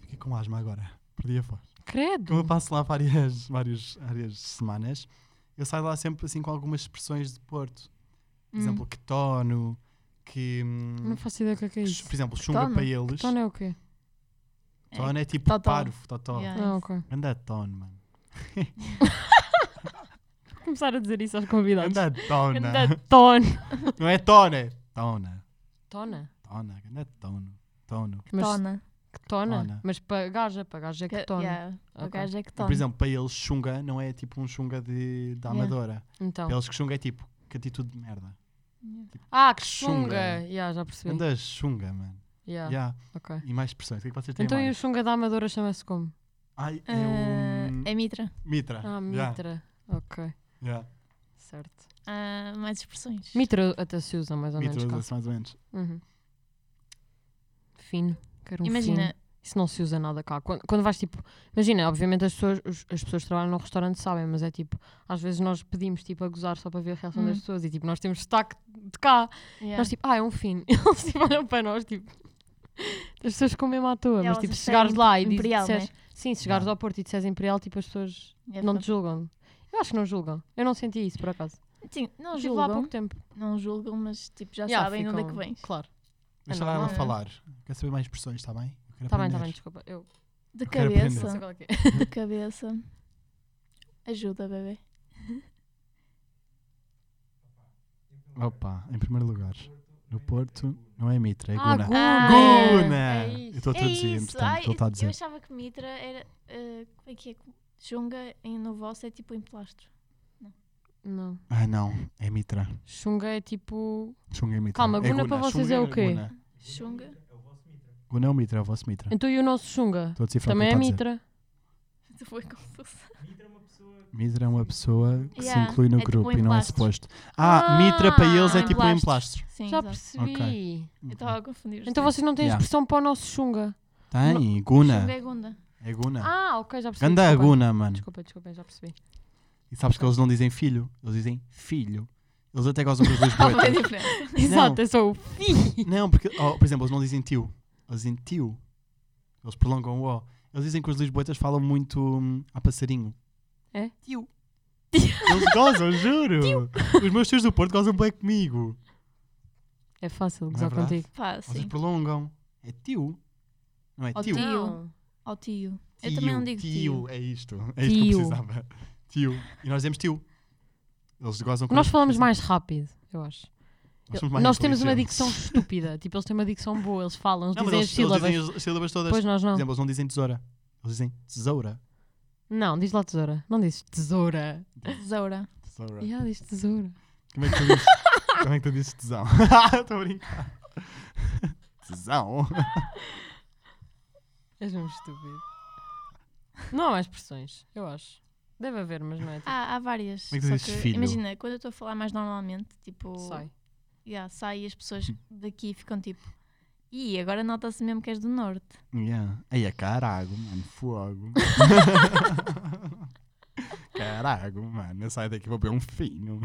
[SPEAKER 2] fiquei com asma agora. Perdi a voz.
[SPEAKER 1] Credo.
[SPEAKER 2] Como eu passo lá várias, várias, várias semanas, eu saio lá sempre assim com algumas expressões de Porto. Por
[SPEAKER 3] Hum.
[SPEAKER 2] exemplo, que tono, que. hum,
[SPEAKER 1] Não faço ideia do que é que é
[SPEAKER 2] que-
[SPEAKER 1] isso.
[SPEAKER 2] por exemplo, chunga
[SPEAKER 3] tono?
[SPEAKER 2] para eles.
[SPEAKER 1] Então não é o quê?
[SPEAKER 2] Tono é tipo
[SPEAKER 3] Totó.
[SPEAKER 2] parvo, totó.
[SPEAKER 3] Yeah.
[SPEAKER 1] Ah, ok.
[SPEAKER 2] Anda tono, mano.
[SPEAKER 1] Começar a dizer isso aos convidados.
[SPEAKER 2] Anda tona.
[SPEAKER 1] Anda tono.
[SPEAKER 2] Não é tona, é tona.
[SPEAKER 1] Tona?
[SPEAKER 2] Tona, anda tono. Tono.
[SPEAKER 1] Mas
[SPEAKER 3] Hum, Tona.
[SPEAKER 1] que tona?
[SPEAKER 2] Tona.
[SPEAKER 1] Mas para gaja, para gaja é que tona.
[SPEAKER 3] Yeah, O
[SPEAKER 1] Ok.
[SPEAKER 3] gajo é que
[SPEAKER 2] Ou,
[SPEAKER 3] tona.
[SPEAKER 2] Por exemplo, para eles, chunga não é tipo um chunga de, da
[SPEAKER 3] Yeah.
[SPEAKER 2] amadora.
[SPEAKER 1] Então.
[SPEAKER 2] Para eles, que chunga é tipo, que atitude de merda.
[SPEAKER 1] Ah, que
[SPEAKER 2] Xunga.
[SPEAKER 1] chunga! Yeah, já percebi.
[SPEAKER 2] Anda chunga, mano.
[SPEAKER 1] Yeah,
[SPEAKER 2] Yeah.
[SPEAKER 1] ok.
[SPEAKER 2] E mais expressões. O que é que vocês
[SPEAKER 1] Tá.
[SPEAKER 2] têm
[SPEAKER 1] Então e o
[SPEAKER 2] mais?
[SPEAKER 1] chunga da Amadora chama-se como?
[SPEAKER 2] Ai, é
[SPEAKER 3] Ah,
[SPEAKER 1] hum,
[SPEAKER 2] um...
[SPEAKER 3] é Mitra.
[SPEAKER 2] Mitra.
[SPEAKER 1] Ah,
[SPEAKER 2] Yeah,
[SPEAKER 1] Mitra. Ok,
[SPEAKER 2] yeah.
[SPEAKER 1] certo.
[SPEAKER 3] Ah, mais expressões.
[SPEAKER 1] Mitra até se usa mais ou
[SPEAKER 2] Mitra
[SPEAKER 1] menos.
[SPEAKER 2] usa-se mais ou menos.
[SPEAKER 1] cá. Uhum. Fino. Quero um
[SPEAKER 3] Imagina,
[SPEAKER 1] fino. Isso não se usa nada cá. Quando, quando vais tipo. Imagina, obviamente as pessoas, os- as pessoas que trabalham no restaurante sabem, mas é tipo. Às vezes nós pedimos tipo a gozar só para ver a reação
[SPEAKER 3] Hum.
[SPEAKER 1] das pessoas e tipo nós temos sotaque de cá.
[SPEAKER 3] yeah.
[SPEAKER 1] Nós tipo, ah, é um fino. Eles tipo olham para nós tipo. As pessoas comem à toa,
[SPEAKER 3] E
[SPEAKER 1] mas
[SPEAKER 3] elas
[SPEAKER 1] tipo, se
[SPEAKER 3] esperam
[SPEAKER 1] chegares lá e dizes-
[SPEAKER 3] Imperial, né?
[SPEAKER 1] disseres- Sim, se chegares
[SPEAKER 2] Yeah.
[SPEAKER 1] ao Porto e disseres Imperial, tipo as pessoas
[SPEAKER 3] É
[SPEAKER 1] Não
[SPEAKER 3] pronto.
[SPEAKER 1] te julgam. Eu acho que não julgam. Eu não senti isso, por acaso.
[SPEAKER 3] Sim, não
[SPEAKER 1] Estive lá há pouco
[SPEAKER 3] julgam,
[SPEAKER 1] tempo.
[SPEAKER 3] não julgam, mas tipo, já
[SPEAKER 1] Yeah,
[SPEAKER 3] sabem de onde é que
[SPEAKER 1] ficam-
[SPEAKER 3] vens.
[SPEAKER 1] Claro.
[SPEAKER 2] Deixa
[SPEAKER 1] normal.
[SPEAKER 2] ela falar. Quer saber mais expressões, está bem? Eu
[SPEAKER 1] Está
[SPEAKER 2] quero
[SPEAKER 1] Ah, Tá bem, está bem,
[SPEAKER 2] aprender.
[SPEAKER 1] desculpa. Eu
[SPEAKER 3] De
[SPEAKER 2] quero aprender.
[SPEAKER 1] não sei
[SPEAKER 3] cabeça,
[SPEAKER 1] qual é que é.
[SPEAKER 3] de cabeça. Ajuda, bebê.
[SPEAKER 2] Opa, em primeiro lugar, no Porto não é Mitra, é
[SPEAKER 1] Ah,
[SPEAKER 2] Guna.
[SPEAKER 1] Guna!
[SPEAKER 2] Guna!
[SPEAKER 1] É
[SPEAKER 2] eu
[SPEAKER 1] isso.
[SPEAKER 2] estou a
[SPEAKER 3] É
[SPEAKER 2] traduzir,
[SPEAKER 3] isso.
[SPEAKER 2] entretanto,
[SPEAKER 3] Ai,
[SPEAKER 2] ele está a
[SPEAKER 3] Eu
[SPEAKER 2] dizer.
[SPEAKER 3] achava que Mitra era. eh, como é que é? Junga em, no vosso é tipo em plastro.
[SPEAKER 1] Não.
[SPEAKER 2] Ah, não, é Mitra.
[SPEAKER 1] Xunga é tipo.
[SPEAKER 2] Chunga é Mitra.
[SPEAKER 1] Calma,
[SPEAKER 2] é
[SPEAKER 1] Guna para vocês
[SPEAKER 2] Chunga
[SPEAKER 1] é o quê?
[SPEAKER 2] Guna.
[SPEAKER 3] Xunga.
[SPEAKER 2] Guna é o Mitra, é o vosso Mitra.
[SPEAKER 1] Então e o nosso Xunga?
[SPEAKER 2] Estou a decifrar o que
[SPEAKER 1] Também é
[SPEAKER 2] ele está a dizer.
[SPEAKER 1] Mitra.
[SPEAKER 3] Foi confusa.
[SPEAKER 2] Mitra é uma pessoa que
[SPEAKER 3] Yeah,
[SPEAKER 2] se inclui no
[SPEAKER 3] é tipo
[SPEAKER 2] grupo
[SPEAKER 3] em
[SPEAKER 2] e não é
[SPEAKER 3] plástico.
[SPEAKER 2] suposto. Ah,
[SPEAKER 1] um Ah,
[SPEAKER 2] Mitra para eles é
[SPEAKER 3] em
[SPEAKER 2] tipo um
[SPEAKER 3] plástico.
[SPEAKER 2] emplastro.
[SPEAKER 3] Sim,
[SPEAKER 1] Já
[SPEAKER 3] exato.
[SPEAKER 1] percebi.
[SPEAKER 2] Ok.
[SPEAKER 3] Eu estava a confundir. os
[SPEAKER 1] Então
[SPEAKER 3] dois.
[SPEAKER 1] vocês não têm
[SPEAKER 2] Yeah.
[SPEAKER 1] expressão para o nosso Xunga.
[SPEAKER 2] Tem, Guna.
[SPEAKER 3] Xunga é Gunda.
[SPEAKER 2] É Guna.
[SPEAKER 1] Ah, ok, já percebi.
[SPEAKER 2] Ganda é
[SPEAKER 1] desculpa.
[SPEAKER 2] Guna, mano.
[SPEAKER 1] Desculpa, desculpa, já percebi.
[SPEAKER 2] E sabes que eles não dizem filho, eles dizem filho. Eles até gozam com os
[SPEAKER 3] é
[SPEAKER 2] Lisboetas.
[SPEAKER 3] diferente.
[SPEAKER 1] Exato, é só o fi.
[SPEAKER 2] não, porque, oh, por exemplo, eles não dizem tio, eles dizem tio. Eles prolongam o O. Eles dizem que os Lisboetas falam muito hum, a passarinho.
[SPEAKER 1] É?
[SPEAKER 2] Tio. Eles gozam, juro. Os meus tios do Porto gozam bem comigo.
[SPEAKER 1] É fácil
[SPEAKER 2] é
[SPEAKER 1] gozar
[SPEAKER 2] verdade?
[SPEAKER 1] contigo.
[SPEAKER 3] Pá,
[SPEAKER 2] Vocês
[SPEAKER 3] sim.
[SPEAKER 2] prolongam. É tio. Não é
[SPEAKER 1] Oh,
[SPEAKER 3] Ó,
[SPEAKER 2] tio.
[SPEAKER 3] tio. Ao tio. Eu também não digo tio.
[SPEAKER 2] é isto. É isto que eu
[SPEAKER 1] Tio.
[SPEAKER 2] precisava. Tio. E nós dizemos tio. Eles gozam com
[SPEAKER 1] Nós
[SPEAKER 2] os-
[SPEAKER 1] falamos mais rápido, eu acho.
[SPEAKER 2] Nós,
[SPEAKER 1] Eu-
[SPEAKER 2] somos mais
[SPEAKER 1] nós temos uma
[SPEAKER 2] inteligentes.
[SPEAKER 1] dicção estúpida. tipo, eles têm uma dicção boa, eles falam, eles
[SPEAKER 2] Não, mas
[SPEAKER 1] dizem
[SPEAKER 2] eles,
[SPEAKER 1] as
[SPEAKER 2] eles
[SPEAKER 1] sílabas.
[SPEAKER 2] dizem as- as sílabas todas.
[SPEAKER 1] Depois nós
[SPEAKER 2] Por
[SPEAKER 1] não.
[SPEAKER 2] exemplo, eles não dizem tesoura. Eles dizem tesoura.
[SPEAKER 1] Não, diz lá tesoura. Não dizes tesoura.
[SPEAKER 3] Tesoura.
[SPEAKER 2] Tesoura.
[SPEAKER 1] Yeah, diz tesoura.
[SPEAKER 2] Como é que tu dizes? Como é que tu dizes tesão? Estou a brincar. Tesão.
[SPEAKER 1] És um estúpido. Não há mais pressões, eu acho. Deve haver, mas não é tipo,
[SPEAKER 3] Há, há várias.
[SPEAKER 2] Como é que tu
[SPEAKER 3] só
[SPEAKER 2] dizes filho?
[SPEAKER 3] Imagina, quando eu estou a falar mais normalmente, tipo.
[SPEAKER 1] sai.
[SPEAKER 3] Yeah, sai e as pessoas
[SPEAKER 2] Hum.
[SPEAKER 3] daqui ficam tipo. Ih, agora nota-se mesmo que és do norte.
[SPEAKER 2] Yeah. Aí é carago, mano. Fogo. carago, mano. Eu saio daqui e vou beber um fino.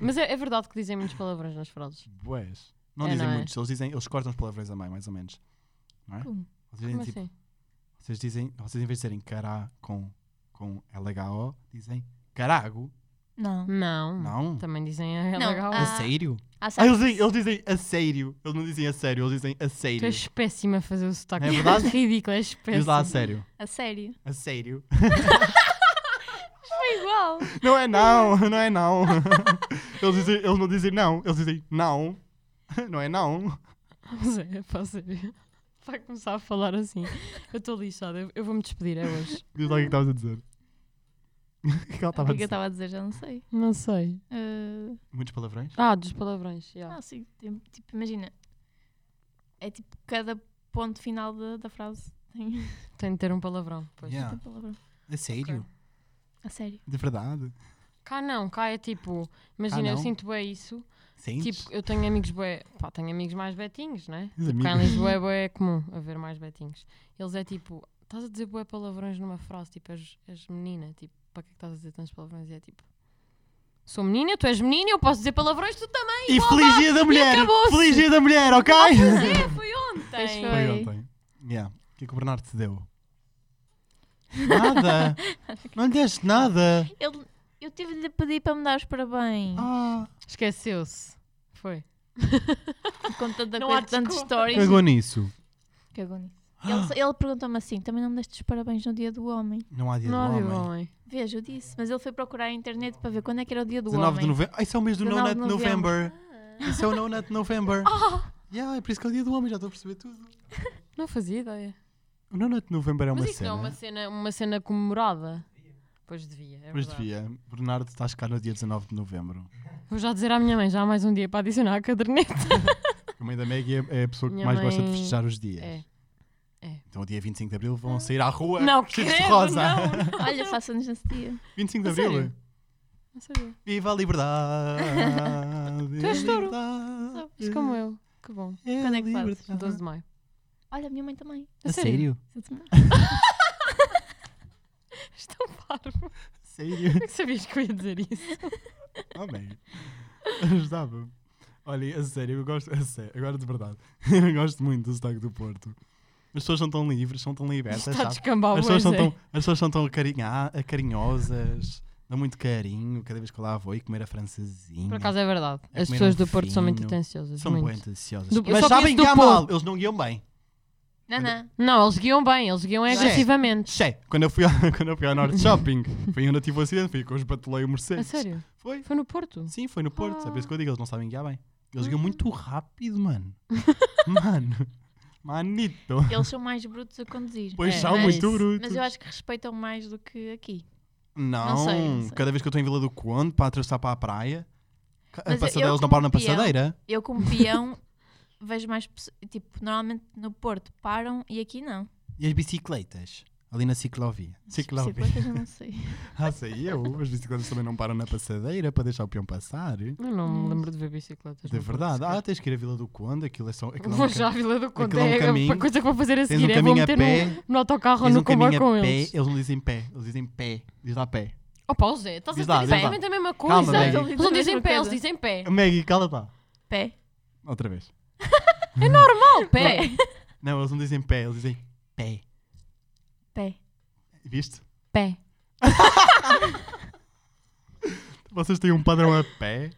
[SPEAKER 1] Mas é, é verdade que dizem muitos palavrões nas frases.
[SPEAKER 2] Boés. Não
[SPEAKER 1] É,
[SPEAKER 2] dizem
[SPEAKER 1] não é?
[SPEAKER 2] muitos. Eles dizem, eles cortam os palavrões a meio, mais ou menos. É?
[SPEAKER 3] Como?
[SPEAKER 2] Vocês dizem,
[SPEAKER 1] Como
[SPEAKER 2] tipo,
[SPEAKER 1] assim?
[SPEAKER 2] vocês dizem, vocês em vez de dizerem cará com, com LHO, dizem carago.
[SPEAKER 3] Não.
[SPEAKER 1] Não.
[SPEAKER 2] Não.
[SPEAKER 1] Também dizem a
[SPEAKER 3] Não,
[SPEAKER 1] legal.
[SPEAKER 3] há-
[SPEAKER 2] A sério?
[SPEAKER 3] Há
[SPEAKER 2] Ah,
[SPEAKER 3] sai-
[SPEAKER 2] eles, dizem, eles dizem a sério. Eles não dizem a sério, eles dizem a
[SPEAKER 1] Tu
[SPEAKER 2] sério.
[SPEAKER 1] és péssima a fazer o sotaque.
[SPEAKER 2] Não é verdade?
[SPEAKER 1] És ridículo, és péssima.
[SPEAKER 2] Diz lá a sério.
[SPEAKER 3] A sério.
[SPEAKER 2] A sério.
[SPEAKER 3] Foi igual.
[SPEAKER 2] Não é não, não é não. Eles, dizem, eles não dizem não, eles dizem não. Não é não.
[SPEAKER 1] Mas é, pá, sério. Vai começar a falar assim. Eu estou lixada, eu, eu vou-me despedir, é hoje.
[SPEAKER 2] Diz lá o que é que estavas a dizer. O que é que ela estava
[SPEAKER 3] O
[SPEAKER 2] a
[SPEAKER 3] que eu
[SPEAKER 2] dizer?
[SPEAKER 3] estava a dizer, já não sei.
[SPEAKER 1] Não sei.
[SPEAKER 3] Ah,
[SPEAKER 2] Muitos palavrões?
[SPEAKER 1] Ah, dos palavrões, yeah.
[SPEAKER 3] Ah, sim. Tem- tipo, imagina. É tipo cada ponto final da, da frase tem, tem
[SPEAKER 1] Tem de ter um palavrão. Pois.
[SPEAKER 2] Yeah.
[SPEAKER 3] palavra.
[SPEAKER 2] A sério?
[SPEAKER 3] A sério.
[SPEAKER 2] De verdade?
[SPEAKER 1] Cá não, cá é tipo, imagina, eu
[SPEAKER 2] não?
[SPEAKER 1] sinto bem isso.
[SPEAKER 2] Sentes?
[SPEAKER 1] Tipo, eu tenho amigos bué, pá, tenho amigos mais betinhos, né?
[SPEAKER 2] Os
[SPEAKER 1] Cá em
[SPEAKER 2] amigos.
[SPEAKER 1] Lisboa é bué comum haver mais betinhos. Eles é tipo, estás a dizer bué palavrões numa frase, tipo, és, és menina, tipo, para que é que estás a dizer tantos palavrões? E é tipo, sou menina, tu és menina, eu posso dizer palavrões, tu também.
[SPEAKER 2] E
[SPEAKER 1] igual
[SPEAKER 2] feliz
[SPEAKER 1] a-
[SPEAKER 2] dia da mulher!
[SPEAKER 1] acabou-se.
[SPEAKER 2] Feliz dia da mulher, ok?
[SPEAKER 1] Pois é, foi
[SPEAKER 3] Pois
[SPEAKER 1] ontem.
[SPEAKER 3] foi.
[SPEAKER 2] Foi ontem. Yeah. O que é que o Bernardo te deu? Nada! não lhe deste nada!
[SPEAKER 3] Ele, eu tive de lhe pedir para me dar os parabéns.
[SPEAKER 2] Ah,
[SPEAKER 1] Esqueceu-se. Foi.
[SPEAKER 3] Com tanta
[SPEAKER 1] Não há
[SPEAKER 3] coisa, tantas
[SPEAKER 1] desculpa.
[SPEAKER 3] histórias.
[SPEAKER 2] cagou nisso.
[SPEAKER 3] Cagou nisso. Ele, ele perguntou-me assim: também não me deste os parabéns no dia do homem.
[SPEAKER 2] Não há dia
[SPEAKER 1] Não
[SPEAKER 2] do
[SPEAKER 1] havia
[SPEAKER 2] homem.
[SPEAKER 1] homem.
[SPEAKER 3] Veja, eu disse, mas ele foi procurar a internet para ver quando é que era o dia do
[SPEAKER 2] 19 de
[SPEAKER 3] homem.
[SPEAKER 2] novembro. Ah, isso é o mês do No
[SPEAKER 3] 19
[SPEAKER 2] Nut
[SPEAKER 3] de
[SPEAKER 2] November.
[SPEAKER 1] Ah.
[SPEAKER 2] Isso é o No Nut November.
[SPEAKER 1] Oh.
[SPEAKER 2] Yeah, é por isso que é o dia do homem, já estou a perceber tudo.
[SPEAKER 1] Não fazia ideia.
[SPEAKER 2] O No Nut November é uma
[SPEAKER 1] Mas isso
[SPEAKER 2] cena.
[SPEAKER 1] não é uma cena, uma cena comemorada? Pois devia, é
[SPEAKER 2] Mas
[SPEAKER 1] verdade.
[SPEAKER 2] devia. Bernardo está a chegar no dia 19 de novembro.
[SPEAKER 1] Vou já dizer à minha mãe, já há mais um dia para adicionar a caderneta.
[SPEAKER 2] A mãe da Maggie é é a pessoa que
[SPEAKER 1] Minha
[SPEAKER 2] mais gosta de
[SPEAKER 1] mãe-
[SPEAKER 2] festejar os dias.
[SPEAKER 1] É.
[SPEAKER 2] Então, o dia 25 de abril vão sair à rua
[SPEAKER 1] Não
[SPEAKER 2] vestidos de
[SPEAKER 1] credo,
[SPEAKER 2] rosa.
[SPEAKER 3] Olha, faça-nos nesse dia.
[SPEAKER 2] 25 de
[SPEAKER 1] A
[SPEAKER 2] abril.
[SPEAKER 1] sério? Não sabia.
[SPEAKER 2] Viva a liberdade!
[SPEAKER 1] Tu és touro.
[SPEAKER 2] liberdade,
[SPEAKER 1] Mas como eu. Que bom.
[SPEAKER 3] Quando é que fazes?
[SPEAKER 2] liberdade.
[SPEAKER 1] 12 de maio.
[SPEAKER 3] Olha, a minha mãe também.
[SPEAKER 1] A sério? Estou parvo.
[SPEAKER 2] A sério?
[SPEAKER 1] Como é que sabias que eu ia dizer isso?
[SPEAKER 2] Amém. Ajudava-me. Olha, a sério, eu gosto. A sério, agora de verdade. Eu gosto muito do sotaque do Porto. As pessoas são tão livres, são tão libertas,
[SPEAKER 1] Está é. a
[SPEAKER 2] sabe?
[SPEAKER 1] descambar o
[SPEAKER 2] As pessoas, são
[SPEAKER 1] Zé.
[SPEAKER 2] tão, as pessoas são tão carinha- carinhosas, dão muito carinho cada vez que eu lá vou e comer a francesinha.
[SPEAKER 1] Por acaso é verdade.
[SPEAKER 2] É
[SPEAKER 1] As
[SPEAKER 2] comer
[SPEAKER 1] pessoas
[SPEAKER 2] um
[SPEAKER 1] do Porto são muito
[SPEAKER 2] fofinho.
[SPEAKER 1] atenciosas.
[SPEAKER 2] são
[SPEAKER 1] muito.
[SPEAKER 2] muito ansiosas.
[SPEAKER 1] Do- eu
[SPEAKER 2] Mas
[SPEAKER 1] só
[SPEAKER 2] sabem
[SPEAKER 1] conheço do
[SPEAKER 2] guiar mal,
[SPEAKER 1] Porto.
[SPEAKER 2] eles não guiam bem.
[SPEAKER 3] Não, não.
[SPEAKER 1] Não, eles guiam bem, eles guiam
[SPEAKER 2] Zé.
[SPEAKER 1] agressivamente.
[SPEAKER 2] Che, quando eu fui ao, quando eu fui ao Norte Shopping, foi onde eu tive o acidente, fui com os batelei
[SPEAKER 1] A
[SPEAKER 2] o Mercedes.
[SPEAKER 1] sério?
[SPEAKER 2] Foi?
[SPEAKER 1] Foi no Porto?
[SPEAKER 2] Sim, foi no Porto. Sabe
[SPEAKER 1] Ah.
[SPEAKER 2] isso que eu digo? Eles não sabem guiar bem. Eles guiam muito rápido, mano. mano. Manito.
[SPEAKER 3] Eles são mais brutos a conduzir.
[SPEAKER 2] Pois
[SPEAKER 1] É,
[SPEAKER 2] são
[SPEAKER 1] é
[SPEAKER 2] muito
[SPEAKER 1] isso.
[SPEAKER 2] brutos.
[SPEAKER 3] Mas eu acho que respeitam mais do que aqui.
[SPEAKER 2] Não,
[SPEAKER 3] não sei, não sei.
[SPEAKER 2] cada vez que eu estou em Vila do Conde para atravessar para a praia, ca- a
[SPEAKER 3] Mas eu-
[SPEAKER 2] passadeira,
[SPEAKER 3] eu
[SPEAKER 2] eles não param na
[SPEAKER 3] como peão-
[SPEAKER 2] passadeira.
[SPEAKER 3] Eu, como peão, vejo mais. pesso- Tipo, normalmente no Porto param e aqui não.
[SPEAKER 2] E as bicicletas? Ali na ciclovia. Ciclovia.
[SPEAKER 3] Bicicletas Tipo, eu não sei.
[SPEAKER 2] Ah, sei eu. As bicicletas também não param na passadeira para deixar o peão passar.
[SPEAKER 1] Eu não me lembro de ver bicicletas.
[SPEAKER 2] De
[SPEAKER 1] não posso
[SPEAKER 2] verdade.
[SPEAKER 1] sequer.
[SPEAKER 2] Ah, tens que ir à Vila do Conde, aquilo é só. Aquilo é um
[SPEAKER 1] Vou
[SPEAKER 2] ca-
[SPEAKER 1] já à Vila do Conde.
[SPEAKER 2] aquilo é um
[SPEAKER 1] é
[SPEAKER 2] caminho.
[SPEAKER 1] a coisa que vou fazer a
[SPEAKER 2] Tens um
[SPEAKER 1] seguir é vou
[SPEAKER 2] caminho a
[SPEAKER 1] meter
[SPEAKER 2] pé.
[SPEAKER 1] no, no autocarro ou
[SPEAKER 2] Eles
[SPEAKER 1] no
[SPEAKER 2] não
[SPEAKER 1] comboio
[SPEAKER 2] caminham
[SPEAKER 1] com
[SPEAKER 2] a pé,
[SPEAKER 1] eles.
[SPEAKER 2] eles não dizem pé, eles dizem pé, diz lá pé.
[SPEAKER 1] Oh, pausa, estás
[SPEAKER 2] Diz
[SPEAKER 1] a
[SPEAKER 2] lá,
[SPEAKER 1] dizer
[SPEAKER 2] diz lá.
[SPEAKER 1] exatamente a mesma coisa.
[SPEAKER 2] Calma, Maggie.
[SPEAKER 1] eles não dizem pé, eles
[SPEAKER 3] Mesma
[SPEAKER 1] dizem pé.
[SPEAKER 2] Maggie, cala-te lá.
[SPEAKER 3] Pé.
[SPEAKER 2] Outra vez.
[SPEAKER 1] Mal pé.
[SPEAKER 2] Não, eles não dizem pé, eles dizem pé.
[SPEAKER 3] Pé.
[SPEAKER 2] Viste?
[SPEAKER 1] Pé.
[SPEAKER 2] Vocês têm um padrão a pé,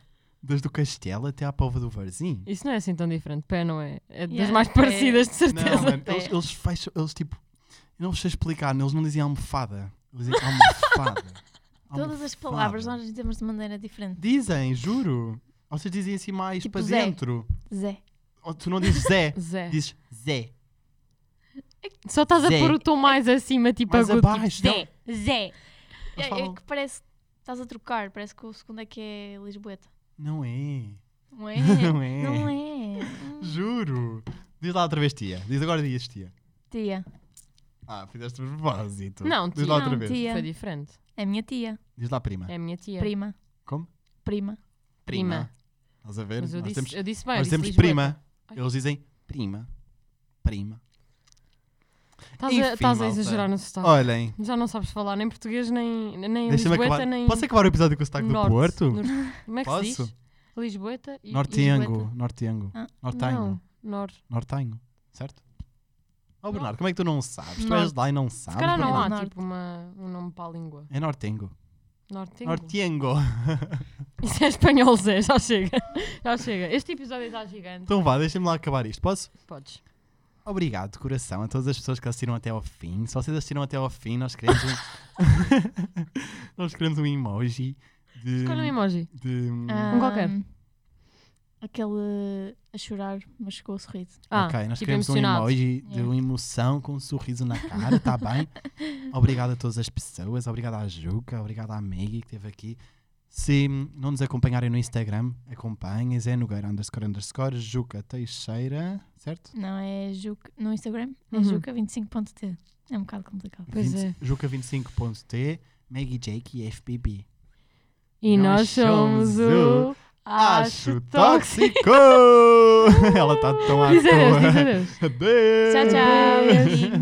[SPEAKER 2] desde o Castelo até à Pova do Varzim.
[SPEAKER 1] Isso não é assim tão diferente. Pé não é. É das
[SPEAKER 3] Yeah,
[SPEAKER 1] mais
[SPEAKER 3] pé.
[SPEAKER 1] parecidas, de
[SPEAKER 2] Não,
[SPEAKER 1] certeza.
[SPEAKER 2] mano,
[SPEAKER 3] pé.
[SPEAKER 2] eles, eles fecham, eles tipo, eu não sei explicar, eles não dizem almofada, eles dizem almofada. Oh,
[SPEAKER 3] Todas as
[SPEAKER 2] Almofada.
[SPEAKER 3] palavras nós dizemos de maneira diferente.
[SPEAKER 2] Dizem, juro. Vocês dizem assim mais
[SPEAKER 3] Tipo
[SPEAKER 2] para
[SPEAKER 3] Zé.
[SPEAKER 2] dentro.
[SPEAKER 3] Zé.
[SPEAKER 2] Ou tu não dizes Zé,
[SPEAKER 1] Zé.
[SPEAKER 2] dizes Zé.
[SPEAKER 1] Só estás a
[SPEAKER 2] Zé.
[SPEAKER 1] pôr o tom mais acima, tipo
[SPEAKER 2] Mais
[SPEAKER 1] agudo. tipo,
[SPEAKER 2] abaixo,
[SPEAKER 1] Zé. Zé.
[SPEAKER 3] É,
[SPEAKER 2] Eles falam-
[SPEAKER 3] é que parece que estás a trocar, parece que o segundo é que é Lisboeta.
[SPEAKER 2] Não é.
[SPEAKER 3] Não é?
[SPEAKER 2] Não é.
[SPEAKER 3] Não é. Hum.
[SPEAKER 2] Juro. Diz lá outra vez, tia. Diz agora dias, tia.
[SPEAKER 3] Tia.
[SPEAKER 2] Ah, fizeste propósito.
[SPEAKER 1] Não,
[SPEAKER 2] Diz
[SPEAKER 1] tia.
[SPEAKER 2] lá outra
[SPEAKER 3] Não,
[SPEAKER 2] vez.
[SPEAKER 1] Foi
[SPEAKER 3] tia.
[SPEAKER 1] diferente.
[SPEAKER 3] É minha tia.
[SPEAKER 2] Diz lá prima.
[SPEAKER 1] É a minha tia.
[SPEAKER 3] Prima.
[SPEAKER 2] Como?
[SPEAKER 3] Prima.
[SPEAKER 1] Prima.
[SPEAKER 2] Estás a ver?
[SPEAKER 1] Mas eu
[SPEAKER 2] nós
[SPEAKER 1] disse,
[SPEAKER 2] temos,
[SPEAKER 1] eu disse bem. eu
[SPEAKER 2] nós
[SPEAKER 1] disse
[SPEAKER 2] temos
[SPEAKER 1] Lisboa.
[SPEAKER 2] prima. Eles dizem prima. Prima.
[SPEAKER 1] Estás a-
[SPEAKER 2] Enfim,
[SPEAKER 1] Estás a
[SPEAKER 2] malta.
[SPEAKER 1] exagerar no sotaque.
[SPEAKER 2] Olhem.
[SPEAKER 1] Já não sabes falar nem português, nem, Ah. nem
[SPEAKER 2] Deixa-me
[SPEAKER 1] Lisboeta,
[SPEAKER 2] acabar.
[SPEAKER 1] nem.
[SPEAKER 2] Posso acabar o episódio com o sotaque
[SPEAKER 1] norte.
[SPEAKER 2] do Porto?
[SPEAKER 1] Norte. Como é que se diz?
[SPEAKER 2] Posso?
[SPEAKER 1] Lisboeta e.
[SPEAKER 2] Nortengo. Nortengo.
[SPEAKER 3] Ah,
[SPEAKER 2] Nortengo.
[SPEAKER 1] Não, Nor.
[SPEAKER 2] Nortenho. Certo? Oh,
[SPEAKER 1] Não.
[SPEAKER 2] Bernardo, como é que tu não sabes? Tu
[SPEAKER 1] Norte.
[SPEAKER 2] és lá e Ah, não sabes.
[SPEAKER 1] Se calhar não
[SPEAKER 2] Bernardo?
[SPEAKER 1] há
[SPEAKER 3] Norte.
[SPEAKER 1] tipo uma, um nome para a língua.
[SPEAKER 2] É Nortengo.
[SPEAKER 1] Nortengo.
[SPEAKER 2] Nortengo.
[SPEAKER 1] Isso é espanhol, Zé, já chega. Já chega. Este episódio está gigante.
[SPEAKER 2] Então vá, deixa-me lá acabar isto. Posso?
[SPEAKER 1] Podes.
[SPEAKER 2] Obrigado de coração a todas as pessoas que assistiram até ao fim. Se vocês assistiram até ao fim, nós queremos um, nós queremos um emoji de.
[SPEAKER 1] Escolha um emoji.
[SPEAKER 2] de- hum,
[SPEAKER 3] Ah,
[SPEAKER 1] Um qualquer.
[SPEAKER 3] Aquele a chorar, mas chegou o sorriso.
[SPEAKER 1] Ah,
[SPEAKER 2] ok, nós
[SPEAKER 1] tipo
[SPEAKER 2] queremos um
[SPEAKER 1] emocionado.
[SPEAKER 2] emoji de
[SPEAKER 3] Yeah.
[SPEAKER 2] uma emoção com um sorriso na cara, tá bem? Obrigado a todas as pessoas, obrigado à Juca, obrigado à Maggie que esteve aqui. Se hum, não nos acompanharem no Instagram, acompanhem Zé Nogueira underscore underscore Juca Teixeira, certo?
[SPEAKER 3] Não, é Juca. No Instagram é
[SPEAKER 1] Uhum.
[SPEAKER 3] Juca25.t. É um bocado complicado.
[SPEAKER 1] Pois é.
[SPEAKER 2] Juca25.t, Maggie Jake e FBB.
[SPEAKER 1] E
[SPEAKER 2] Nós
[SPEAKER 1] nós somos o.
[SPEAKER 2] somos Acho tóxico! Ela está tão à
[SPEAKER 1] Diz adeus, diz
[SPEAKER 2] toa.
[SPEAKER 1] adeus.
[SPEAKER 2] Adeus!
[SPEAKER 3] Tchau, tchau, beijinhos.